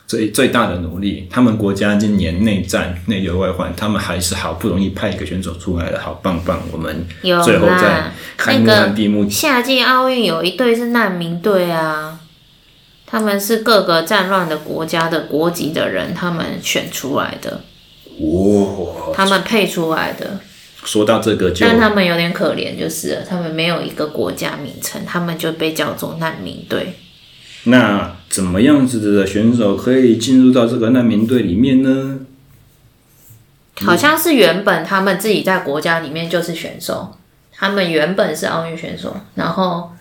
最最大的努力，他们国家今年内战内忧外患，他们还是好不容易派一个选手出来了，好棒棒！我们有最后在啦，开幕那个和闭幕夏季奥运有一队是难民队啊，他们是各个战乱的国家的国籍的人，他们选出来的，哇、他们配出来的，说到这个就但他们有点可怜，就是了他们没有一个国家名称，他们就被叫做难民队。那怎么样子的选手可以进入到这个难民队里面呢？嗯好像是原本他们自己在国家里面就是选手，他们原本是奥运选手，然后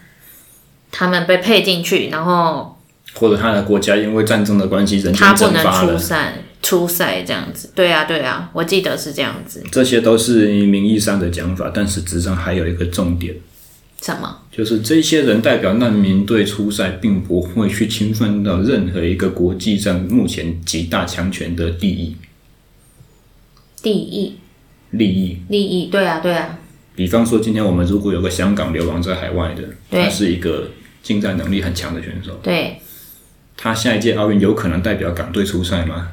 他们被配进去，然后或者他的国家因为战争的关系，人他间蒸不能发出了，赛，出赛这样子。对啊，对啊，我记得是这样子。这些都是名义上的讲法，但实质上还有一个重点，什么？就是这些人代表难民队出赛，并不会去侵犯到任何一个国际上目前极大强权的利益利益，利益。利益，对啊，对啊，比方说，今天我们如果有个香港流亡在海外的，对他是一个竞战能力很强的选手，对，他下一届奥运有可能代表港队出赛吗？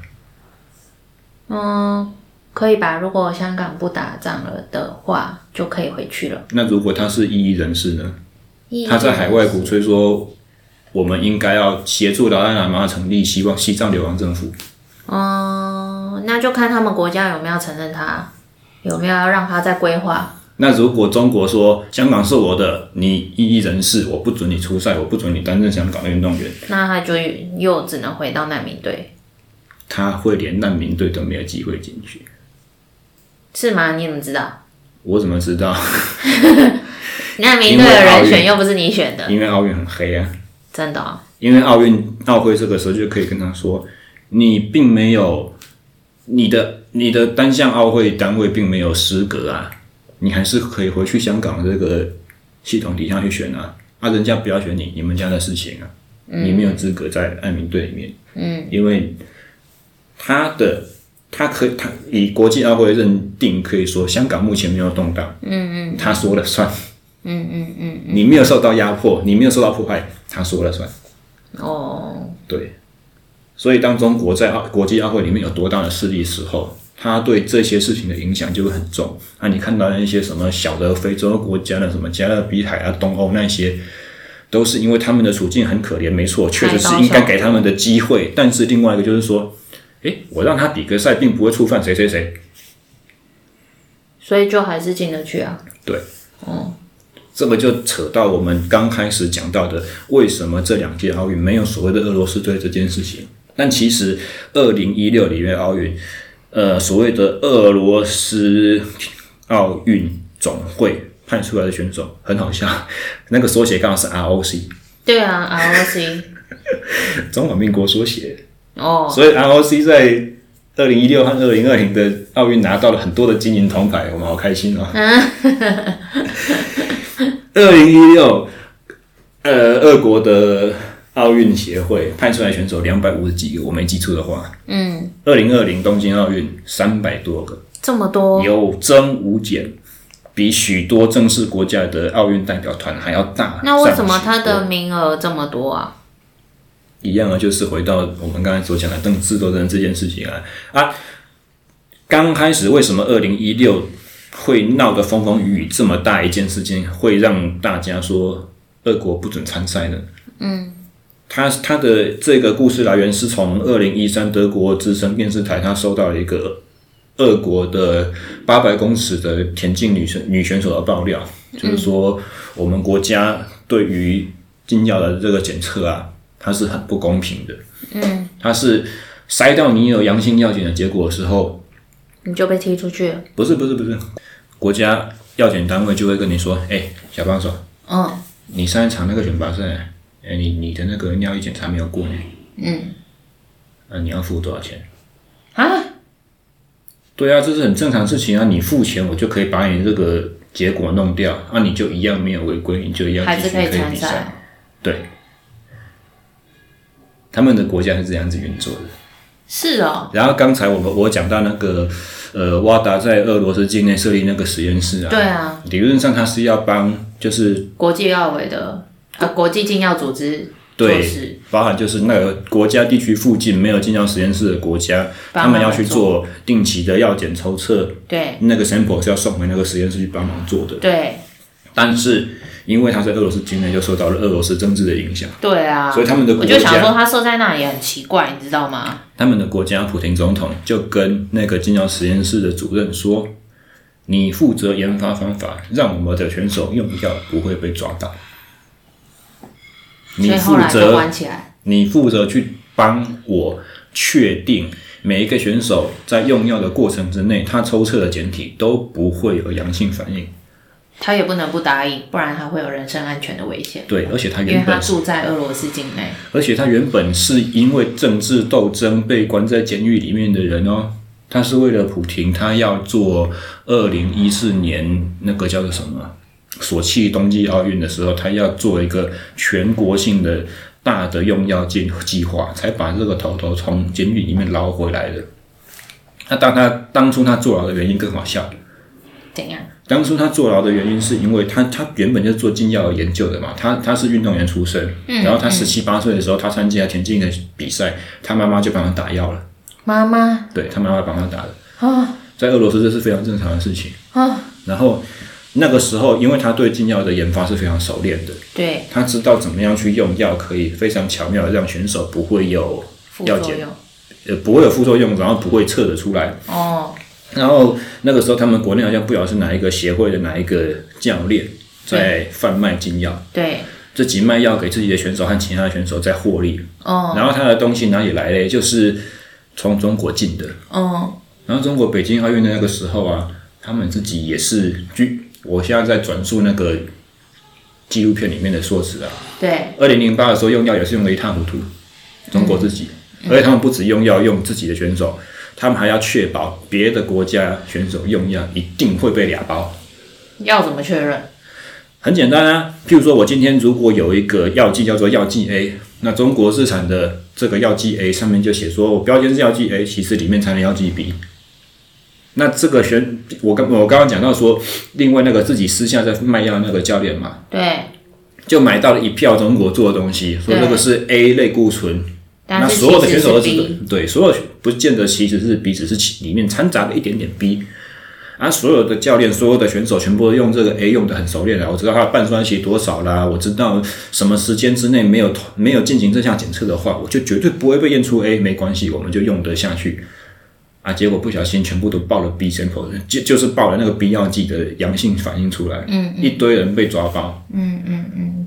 嗯，可以吧？如果香港不打仗了的话，就可以回去了。那如果他是异议人士呢？意义他在就是海外鼓吹说，我们应该要协助劳赖喇嘛成立希望西藏流亡政府。嗯，那就看他们国家有没有承认他，有没有要让他在规划。那如果中国说香港是我的，你异议人士，我不准你出赛，我不准你担任香港运动员，那他就又只能回到难民队，他会连难民队都没有机会进去。是吗？你怎么知道？我怎么知道？难民队的人选又不是你选的，因为奥运很黑啊。真的、哦。因为奥运奥会这个时候就可以跟他说，你并没有你的你的单项奥会单位并没有失格啊，你还是可以回去香港这个系统底下去选啊。啊，人家不要选你，你们家的事情啊，你没有资格在爱民队里面。嗯，因为他的他可以他以国际奥会认定可以说，香港目前没有动荡。嗯嗯，他说了算。嗯嗯嗯，你没有受到压迫，你没有受到迫害，他说了算。哦，对，所以当中国在奥国际奥会里面有多大的势力时候，他对这些事情的影响就会很重。那、你看到那些什么小的非洲国家的什么加勒比海啊、东欧那些，都是因为他们的处境很可怜，没错，确实是应该给他们的机会。但是另外一个就是说，诶，我让他比个赛，并不会触犯谁谁谁，所以就还是进得去啊。这个就扯到我们刚开始讲到的，为什么这两届奥运没有所谓的俄罗斯队这件事情？但其实，二零一六里约奥运，呃，所谓的俄罗斯奥运总会派出来的选手很好笑，那个缩写刚好是 ROC，对啊，ROC。中华民国缩写，哦，所以 ROC 在二零一六和二零二零的奥运拿到了很多的金银铜牌，我们好开心哦。嗯 二零一六，呃，俄国的奥运协会派出来选手两百五十几个，我没记错的话。嗯，二零二零东京奥运三百多个，这么多，有增无减，比许多正式国家的奥运代表团还要大。那为什么上许他多的名额这么多啊？一样啊，就是回到我们刚才所讲的邓智斗争这件事情啊啊，刚开始为什么二零一六会闹得风风雨雨这么大一件事情，会让大家说俄国不准参赛呢？嗯，他他的这个故事来源是从二零一三德国资深电视台，他收到了一个俄国的八百公尺的田径女选女选手的爆料，就是说我们国家对于禁药的这个检测啊，它是很不公平的。嗯，它是筛到你有阳性药检的结果的时候，你就被踢出去了。不是不是不是，国家药检单位就会跟你说，哎、小帮手，嗯，你上一场那个选拔赛，哎、你你的那个尿液检查没有过呢，嗯，那、你要付多少钱？啊，对啊，这是很正常的事情啊，你付钱我就可以把你这个结果弄掉，那、你就一样没有违规，你就一样还继是续可以以参比赛。赛，对，他们的国家是这样子运作的。是哦，然后刚才我们我讲到那个呃，瓦达在俄罗斯境内设立那个实验室啊，对啊，理论上它是要帮就是国际奥委的呃国际禁药组织对措施，包含就是那个国家地区附近没有禁药实验室的国家，帮他们要忙去做定期的药检抽测，对那个 sample 是要送回那个实验室去帮忙做的。对但是因为它是俄罗斯境内，就受到了俄罗斯政治的影响，对啊所！以他们的我国就想家，说，他设在那里也很奇怪，你知道吗？他们的国家普廷总统就跟那个禁药实验室的主任说：“你负责研发方法，让我们的选手用药不会被抓到。”你所以后负来就责关起来。你负责去帮我确定每一个选手在用药的过程之内，他抽测的检体都不会有阳性反应。他也不能不答应，不然他会有人身安全的危险，对，而且他因为原他本，住在俄罗斯境内。而且他原本是因为政治斗争被关在监狱里面的人哦。他是为了普廷，他要做二零一四年那个叫做什么啊索契冬季奥运的时候，他要做一个全国性的大的用药计计划，才把这个头头从监狱里面捞回来的。那当他当初他坐牢的原因更好笑，怎样？当初他坐牢的原因是因为他他原本就是做禁药研究的嘛，他他是运动员出身，嗯然后他十七八岁的时候，他参加田径的比赛，他妈妈就帮他打药了，妈妈对他妈妈帮他打的，啊在俄罗斯这是非常正常的事情。啊，然后那个时候，因为他对禁药的研发是非常熟练的，对，他知道怎么样去用药，可以非常巧妙的让选手不会有副要作减用呃不会有副作用，然后不会测得出来。哦，然后那个时候他们国内好像不晓得是哪一个协会的哪一个教练在贩卖禁药，对自己卖药给自己的选手和其他的选手在获利。哦然后他的东西哪里来嘞？就是从中国进的。哦，然后中国北京奥运的那个时候啊，他们自己也是据我现在在转述那个纪录片里面的说辞啊，对二零零八的时候用药也是用的一塌糊涂，中国自己，而且他们不止用药用自己的选手，他们还要确保别的国家选手用药一定会被俩包。要怎么确认？很简单啊，譬如说我今天如果有一个药剂叫做药剂 A，那中国市场的这个药剂 A 上面就写说我标签是药剂 A，其实里面掺了药剂 B。那这个选我刚我刚刚讲到说，另外那个自己私下在卖药那个教练嘛，对，就买到了一票中国做的东西，说对那个是 A 类固醇，那但是所有的啊其选实手都是知道 B，，对，所有不见得其实是 B，只是其里面掺杂了一点点 B。啊，所有的教练、所有的选手全部都用这个 A 用的很熟练了，我知道他的半衰期多少啦，我知道什么时间之内没有没有进行这项检测的话，我就绝对不会被验出 A，没关系，我们就用得下去。啊，结果不小心全部都报了 B sample，就就是报了那个 B 药剂的阳性反应出来，嗯一堆人被抓包，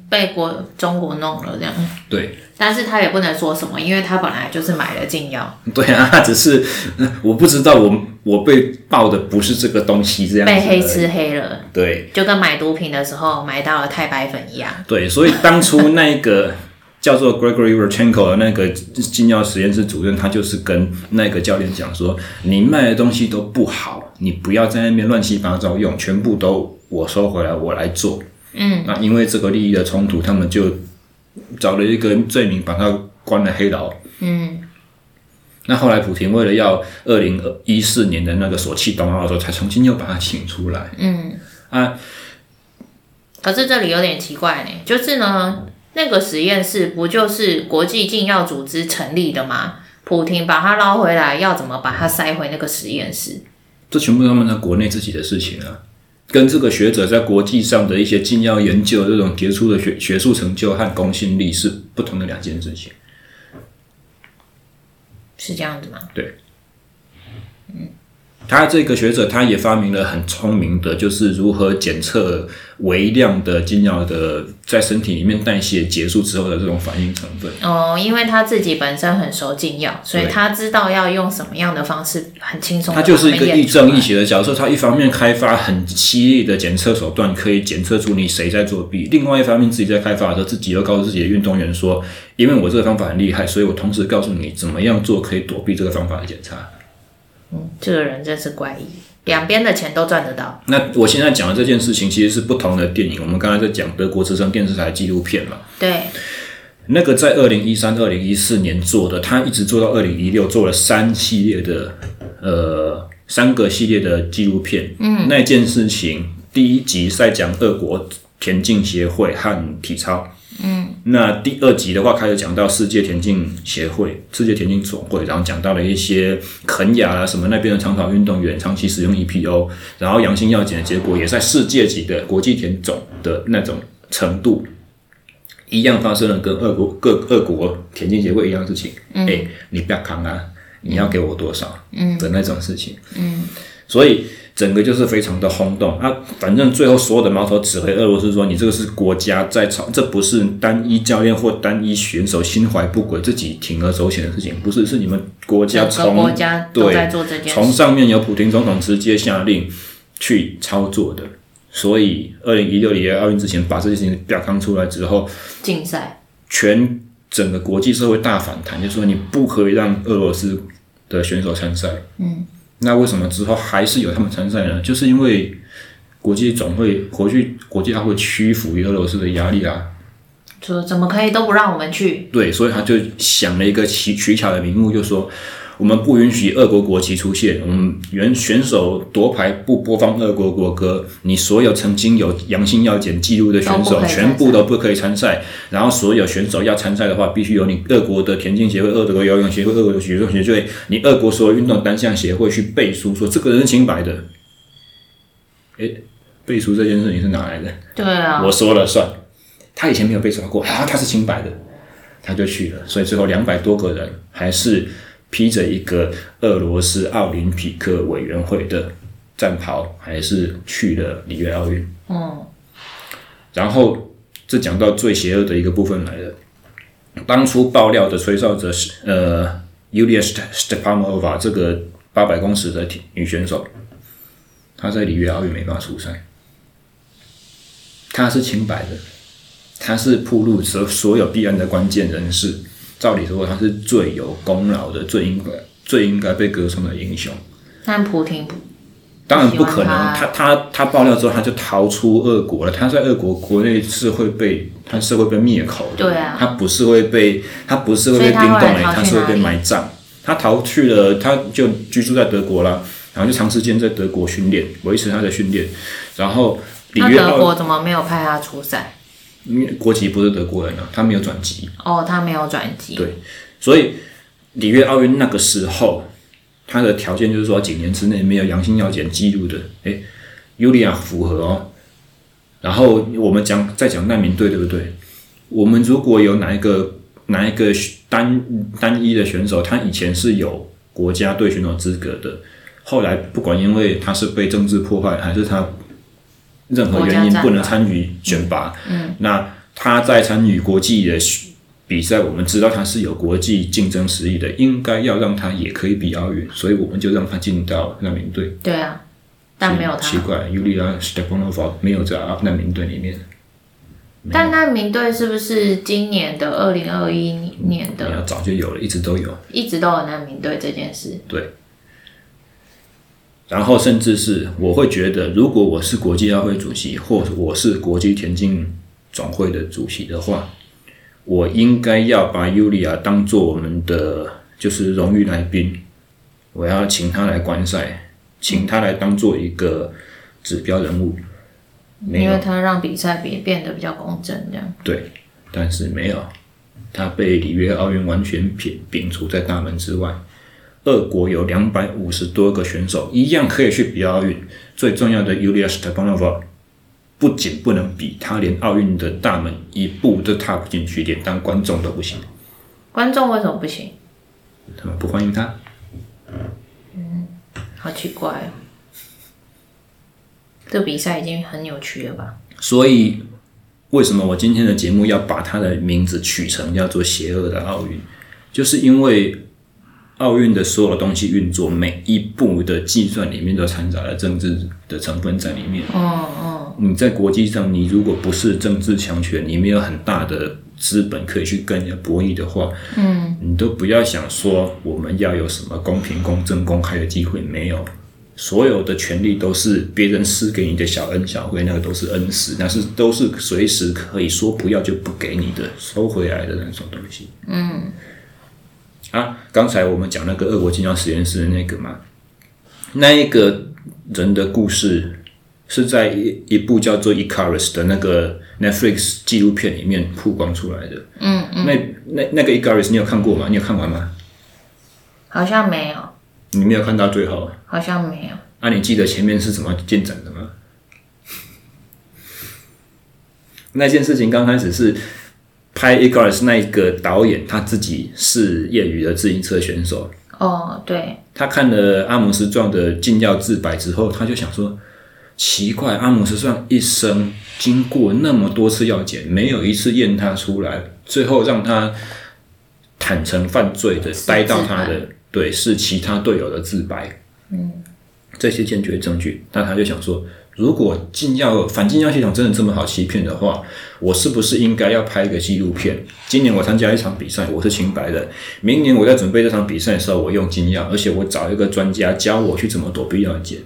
被国中国弄了这样。对，但是他也不能说什么，因为他本来就是买了禁药， 对啊，只是呃我不知道我我被爆的不是这个东西这样子而已。被黑吃黑了，对就跟买毒品的时候买到了太白粉一样。对，所以当初那个 叫做 Gregory r o c h e n k o 的那个禁药实验室主任，他就是跟那个教练讲说：“你卖的东西都不好，你不要在那边乱七八糟用，全部都我收回来，我来做。”嗯，那因为这个利益的冲突，他们就找了一个罪名把他关了黑牢。嗯，那后来普廷为了要二零一四年的那个索契冬奥的时候，才重新又把他请出来。可是这里有点奇怪呢，就是呢，那个实验室不就是国际禁药组织成立的吗？普廷把它捞回来，要怎么把它塞回那个实验室？这全部是他们在国内自己的事情啊，跟这个学者在国际上的一些禁药研究这种杰出的学学术成就和公信力是不同的两件事情。是这样子吗？他这个学者他也发明了很聪明的，就是如何检测微量的禁药的在身体里面代谢结束之后的这种反应成分。哦，因为他自己本身很熟禁药，所以对他知道要用什么样的方式很轻松。他就是一个亦正亦邪的角色。他一方面开发很犀利的检测手段，可以检测出你谁在作弊；另外一方面，自己在开发的时候，自己又告诉自己的运动员说：“因为我这个方法很厉害，所以我同时告诉你怎么样做可以躲避这个方法的检查。这个人真是怪异，两边的钱都赚得到。”那我现在讲的这件事情其实是不同的电影。我们刚才在讲德国之声电视台纪录片嘛，对，那个在二零一三、二零一四年做的，他一直做到二零一六，做了三系列的，呃，三个系列的纪录片。嗯，那件事情第一集在讲俄国田径协会和体操。嗯，那第二集的话开始讲到世界田径协会、世界田径总会，然后讲到了一些肯雅啊什么那边的长跑运动员长期使用 EPO，然后阳性药检的结果也在世界级的国际田总的那种程度，一样发生了跟俄国各各国田径协会一样的事情。嗯哎、你不要扛啊，你要给我多少？嗯的那种事情。嗯，所以整个就是非常的轰动啊。反正最后所有的矛头指回俄罗斯说，你这个是国家在操，这不是单一教练或单一选手心怀不轨自己铤而走险的事情，不是，是你们国家整个从国家都对在做这件从事。上面由普京总统直接下令去操作的。所以，二零一六年奥运之前把这件事情表康出来之后，竞赛，全整个国际社会大反弹，就说你不可以让俄罗斯的选手参赛。嗯，那为什么之后还是有他们参赛呢？就是因为国际总会回去，国际大会屈服于俄罗斯的压力啊。说怎么可以都不让我们去？对，所以他就想了一个取取巧的名目，就说我们不允许俄国国旗出现，我们原选手夺牌不播放俄国国歌，你所有曾经有阳性药检记录的选都不手可以参赛全部都不可以参赛，然后所有选手要参赛的话，必须由你俄国的田径协会、俄国游泳协会、俄国体育协会、你俄国所有运动单项协会去背书说这个人是清白的。诶，背书这件事情是哪来的？对啊，我说了算。他以前没有被抓过啊，他是清白的，他就去了。所以最后两百多个人还是披着一个俄罗斯奥林匹克委员会的战袍，还是去了里约奥运。嗯，然后这讲到最邪恶的一个部分来了。当初爆料的吹哨者是呃 Yulia Stepanova 这个八百公尺的体女选手，她在里约奥运没办法出赛，她是清白的，她是铺路所所有必然的关键人士，照理说她是最有功劳的，最应该最应该被歌颂的英雄。但普廷不当然不可能，喜欢他他他爆料之后，他就逃出俄国了。他在俄国国内是会被他是会被灭口的，对啊他不是会被他不是会被冰冻所以的，他后来逃去是会哪被里埋葬。他逃去了，他就居住在德国啦，然后就长时间在德国训练，维持他的训练。然后里那约德奥国怎么没有派他出赛？因为国籍不是德国人啊，他没有转籍，哦，他没有转机。对所以里约奥运那个时候，他的条件就是说几年之内没有阳性药检记录的，诶，尤利亚符合哦。然后我们讲再讲难民队，对不对？我们如果有哪一个哪一个单单一的选手，他以前是有国家队选手资格的，后来不管因为他是被政治迫害，还是他任何原因国家战不能参与选拔，嗯，那他在参与国际的比赛，我们知道他是有国际竞争实力的，应该要让他也可以比奥运，所以我们就让他进到难民队。对啊，但没有奇他。怪，尤利亚·斯特潘诺夫没有在难民队里面，但难民队是不是今年的二零二一年没的有早就有了，一直都有。一直都有难民队这件事？然后甚至是我会觉得，如果我是国际奥会主席，或我是国际田径总会的主席的话，我应该要把尤利亚当做我们的就是荣誉来宾，我要请他来观赛，请他来当做一个指标人物。没因有为他让比赛比变得比较公正，这样对，但是没有，他被里约奥运完全摒摒除在大门之外。俄国有两百五十多个选手，一样可以去比奥运。最重要的 Yulia Stepanova 不仅不能比，他连奥运的大门一步都踏不进去，连当观众都不行，观众为什么不行？他们不欢迎他。好奇怪哦！这比赛已经很扭曲了吧？所以，为什么我今天的节目要把它的名字取成叫做“邪恶的奥运”，就是因为奥运的所有东西运作，每一步的计算里面都掺杂了政治的成分在里面。嗯嗯，你在国际上，你如果不是政治强权，你没有很大的资本可以去跟人家博弈的话，嗯，你都不要想说我们要有什么公平、公正、公开的机会，没有。所有的权利都是别人施给你的小恩小惠，那个都是恩师，那是都是随时可以说不要就不给你的，收回来的那种东西。嗯，啊，刚才我们讲那个俄国精酿实验室的那个嘛，那一个人的故事是在一一部叫做《Icarus》的那个 Netflix 纪录片里面曝光出来的。嗯嗯，那那那个《Icarus》你有看过吗？你有看完吗？好像没有，你没有看到最后啊？好像没有。啊，你记得前面是怎么进展的吗？ 那件事情刚开始是拍《Icarus》那一个导演他自己是业余的自行车选手，哦，对，他看了阿姆斯壮的《禁药自白》之后，他就想说：奇怪，阿姆斯壮一生经过那么多次药检，没有一次验他出来，最后让他坦诚犯罪的，掰到他自的对是其他队友的自白。嗯，这些坚决证据，那他就想说。如果禁药反禁药系统真的这么好欺骗的话，我是不是应该要拍一个纪录片？今年我参加一场比赛，我是清白的，明年我在准备这场比赛的时候，我用金药，而且我找一个专家教我去怎么躲避药检。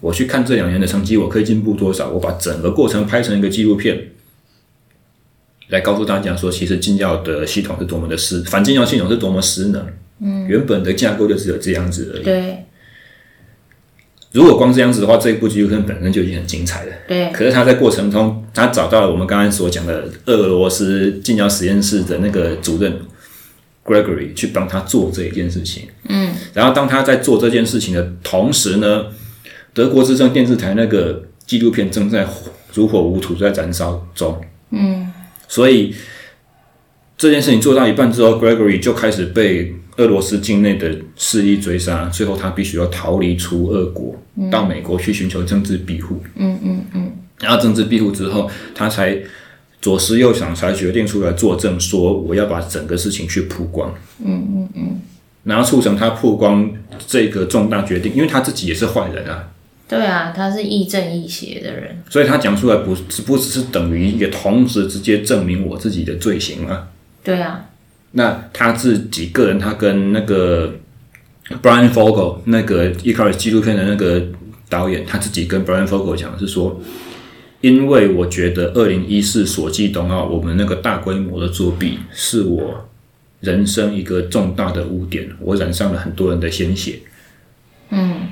我去看这两年的成绩，我可以进步多少？我把整个过程拍成一个纪录片，来告诉大家说，其实禁药的系统是多么的失，反禁药系统是多么失能。嗯，原本的架构就只有这样子而已。对，如果光这样子的话，这一部纪录片本身就已经很精彩了。对，可是他在过程中，他找到了我们刚刚所讲的俄罗斯禁药实验室的那个主任 Gregory 去帮他做这一件事情。嗯，然后当他在做这件事情的同时呢，德国之声电视台那个纪录片正在如火如荼在燃烧中。嗯，所以这件事情做到一半之后，Gregory 就开始被俄罗斯境内的势力追杀，最后他必须要逃离出俄国，到美国去寻求政治庇护。然后政治庇护之后，他才左思右想，才决定出来作证，说我要把整个事情去曝光。嗯嗯嗯。然后促成他曝光这个重大决定，因为他自己也是坏人啊，对啊，他是亦正亦邪的人，所以他讲出来不是不只是等于也同时直接证明我自己的罪行啊。对啊，那他自己个人，他跟那个 Brian Fogel 那个 Icarus 纪录片的那个导演，他自己跟 Brian Fogel 讲的是说，因为我觉得二零一四索契冬奥我们那个大规模的作弊是我人生一个重大的污点，我染上了很多人的鲜血。嗯，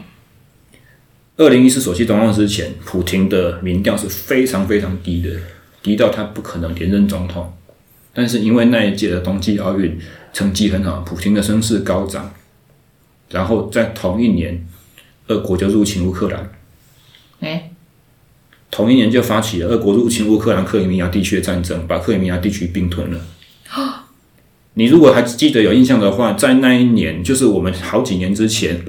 二零一四索契冬奥之前，普廷的民调是非常非常低的，低到他不可能连任总统。但是因为那一届的冬季奥运成绩很好，普京的声势高涨，然后在同一年，俄国就入侵乌克兰，哎，同一年就发起了俄国入侵乌克兰克里米亚地区的战争，把克里米亚地区并吞了。你如果还记得有印象的话，在那一年，就是我们好几年之前，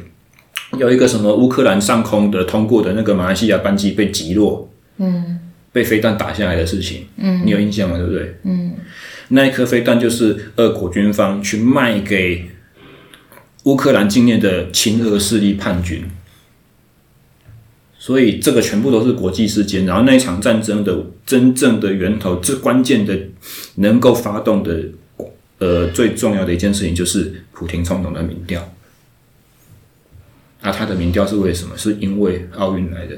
有一个什么乌克兰上空的通过的那个马来西亚班机被击落，嗯，被飞弹打下来的事情，嗯，你有印象吗？对不对？嗯，那一颗飞弹就是俄国军方去卖给乌克兰境内的亲俄势力叛军，所以这个全部都是国际事件。然后那一场战争的真正的源头，最关键的能够发动的，呃，最重要的一件事情就是普廷总统的民调。那他的民调是为什么？是因为奥运来的。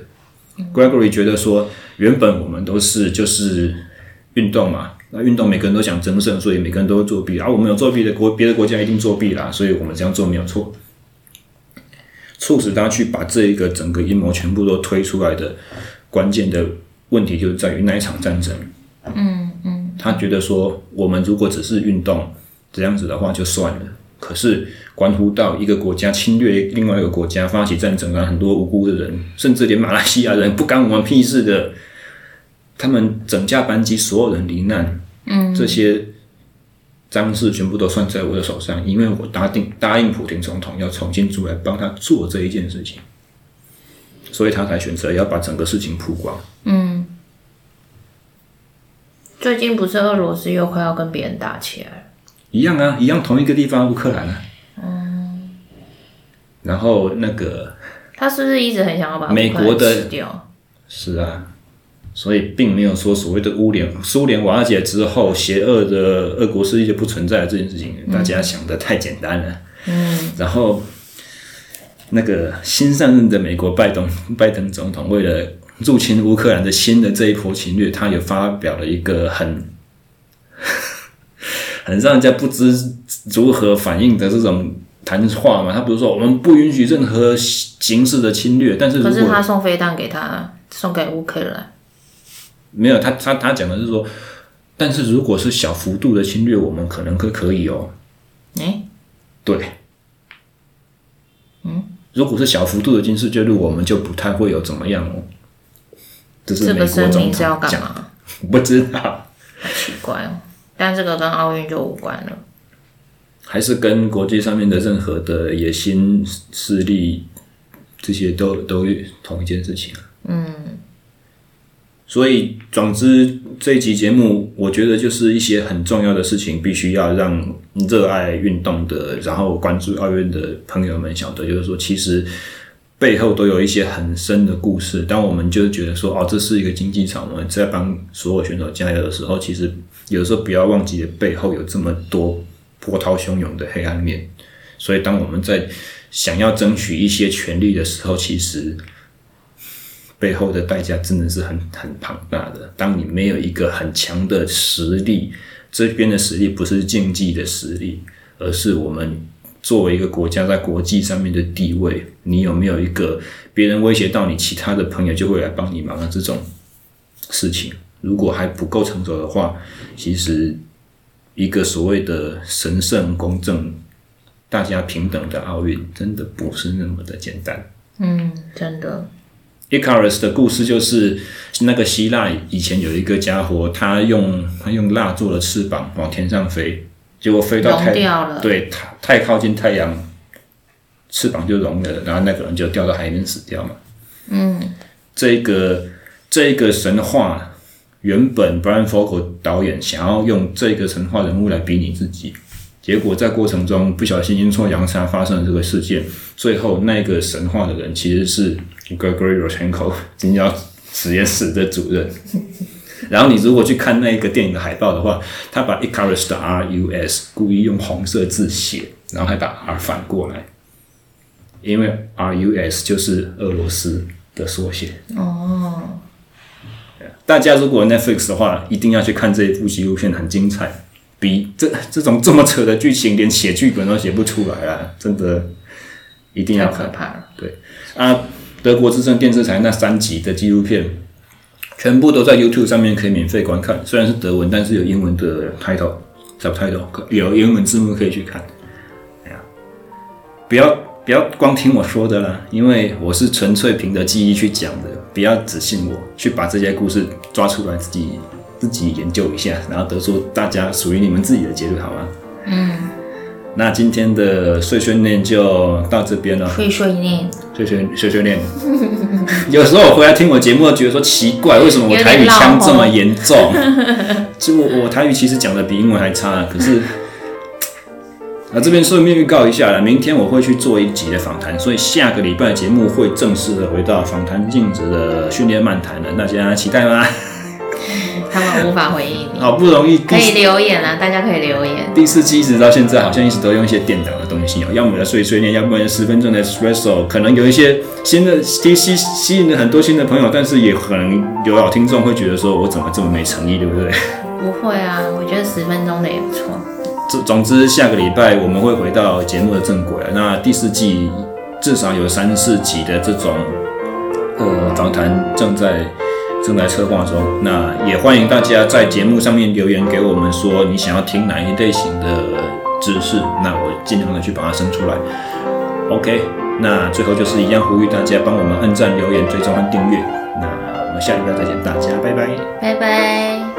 Gregory 觉得说，原本我们都是就是运动嘛，那运动每个人都想争胜，所以每个人都会作弊。然、啊后我们有作弊的国，别的国家一定作弊啦，所以我们这样做没有错。促使他去把这一个整个阴谋全部都推出来的关键的问题，就是在于那一场战争。嗯嗯，他觉得说，我们如果只是运动这样子的话就算了，可是关乎到一个国家侵略另外一个国家，发起战争啊，很多无辜的人，甚至连马来西亚人不干我们屁事的，他们整架班机所有人罹难，嗯，这些张事全部都算在我的手上，因为我答应答应普京总统要重新出来帮他做这一件事情，所以他才选择要把整个事情曝光。最近不是俄罗斯又快要跟别人打起来了，一样啊，一样同一个地方，乌克兰啊。然后那个他是不是一直很想要把乌克兰美国的吃掉？是啊，所以并没有说所谓的乌联苏联瓦解之后，邪恶的俄国势力就不存在了这件事情，大家想的太简单了。嗯，然后那个新上任的美国拜登拜登总统为了入侵乌克兰的新的这一波侵略，他也发表了一个很 很让人家不知如何反应的这种。谈话嘛，他不是说我们不允许任何形式的侵略，但是如可果是他送飞弹给他，送给乌克兰。没有，他他他讲的是说，但是如果是小幅度的侵略，我们可能可可以哦。哎、对，嗯，嗯如果是小幅度的军事介入，我们就不太会有怎么样哦。这是这美个国声总明是要统干讲，嘛？我不知道，好奇怪哦。但这个跟奥运就无关了。还是跟国际上面的任何的野心势力这些都都同一件事情啊。嗯，所以总之这一集节目，我觉得就是一些很重要的事情，必须要让热爱运动的，然后关注奥运的朋友们晓得，就是说其实。背后都有一些很深的故事。当我们就是觉得说，哦，这是一个竞技场，我们在帮所有选手加油的时候，其实有时候不要忘记背后有这么多波涛汹涌的黑暗面。所以，当我们在想要争取一些权利的时候，其实背后的代价真的是很很庞大的。当你没有一个很强的实力，这边的实力不是竞技的实力，而是我们作为一个国家在国际上面的地位，你有没有一个别人威胁到你，其他的朋友就会来帮你忙啊的这种事情？如果还不够成熟的话，其实一个所谓的神圣公正、大家平等的奥运，真的不是那么的简单。嗯，真的。 Icarus 的故事就是那个希腊以前有一个家伙，他用他用蜡做的翅膀往天上飞，结果飞到太融掉了对，太太靠近太阳，翅膀就融了，然后那个人就掉到海里面死掉嘛。嗯，这个这个神话原本 Brian Fogel 导演想要用这个神话人物来比拟自己，结果在过程中不小心阴错阳差发生了这个事件，最后那个神话的人其实是 Gregory Rodchenko 金鸟实验室的主任。然后你如果去看那个电影的海报的话，他把 Icarus 的 R U S 故意用红色字写，然后还把 R 反过来，因为 R U S 就是俄罗斯的缩写。哦，大家如果有 Netflix 的话，一定要去看这一部纪录片，很精彩。比这这种这么扯的剧情，连写剧本都写不出来啦，真的一定太要可看。怕了。对啊，德国之声电视台那三集的纪录片，全部都在 YouTube 上面可以免费观看。虽然是德文，但是有英文的 title、subtitle，可有英文字幕可以去看。哎呀，不要不要光听我说的啦，因为我是纯粹凭着记忆去讲的，不要只信我，去把这些故事抓出来自己自己研究一下，然后得出大家属于你们自己的结论，好吗？嗯。那今天的碎训练就到这边了。碎碎念，碎碎碎碎念。有时候我回来听我节目，觉得说奇怪，为什么我台语腔这么严重？就我我台语其实讲的比英文还差，可是。那这边顺便预告一下了，明天我会去做一集的访谈，所以下个礼拜的节目会正式的回到访谈镜子的训练漫谈了，大家期待吗？他们无法回应 你。好不容易第可以留言啊，大家可以留言。第四期一直到现在，好像一直都用一些电脑的东西哦，要么的碎碎念，要不然十分钟的 espresso，可能有一些新的吸吸吸引了很多新的朋友，但是也可能有老听众会觉得说我怎么这么没诚意，对不对？不会啊，我觉得十分钟的也不错。总总之，下个礼拜我们会回到节目的正轨了。啊那第四季至少有三四集的这种呃访谈正在正在策划中。那也欢迎大家在节目上面留言给我们，说你想要听哪一类型的知识，那我尽量的去把它生出来。OK，那最后就是一样呼吁大家帮我们按赞、留言、追踪和订阅。那我们下礼拜再见，大家拜拜。拜拜。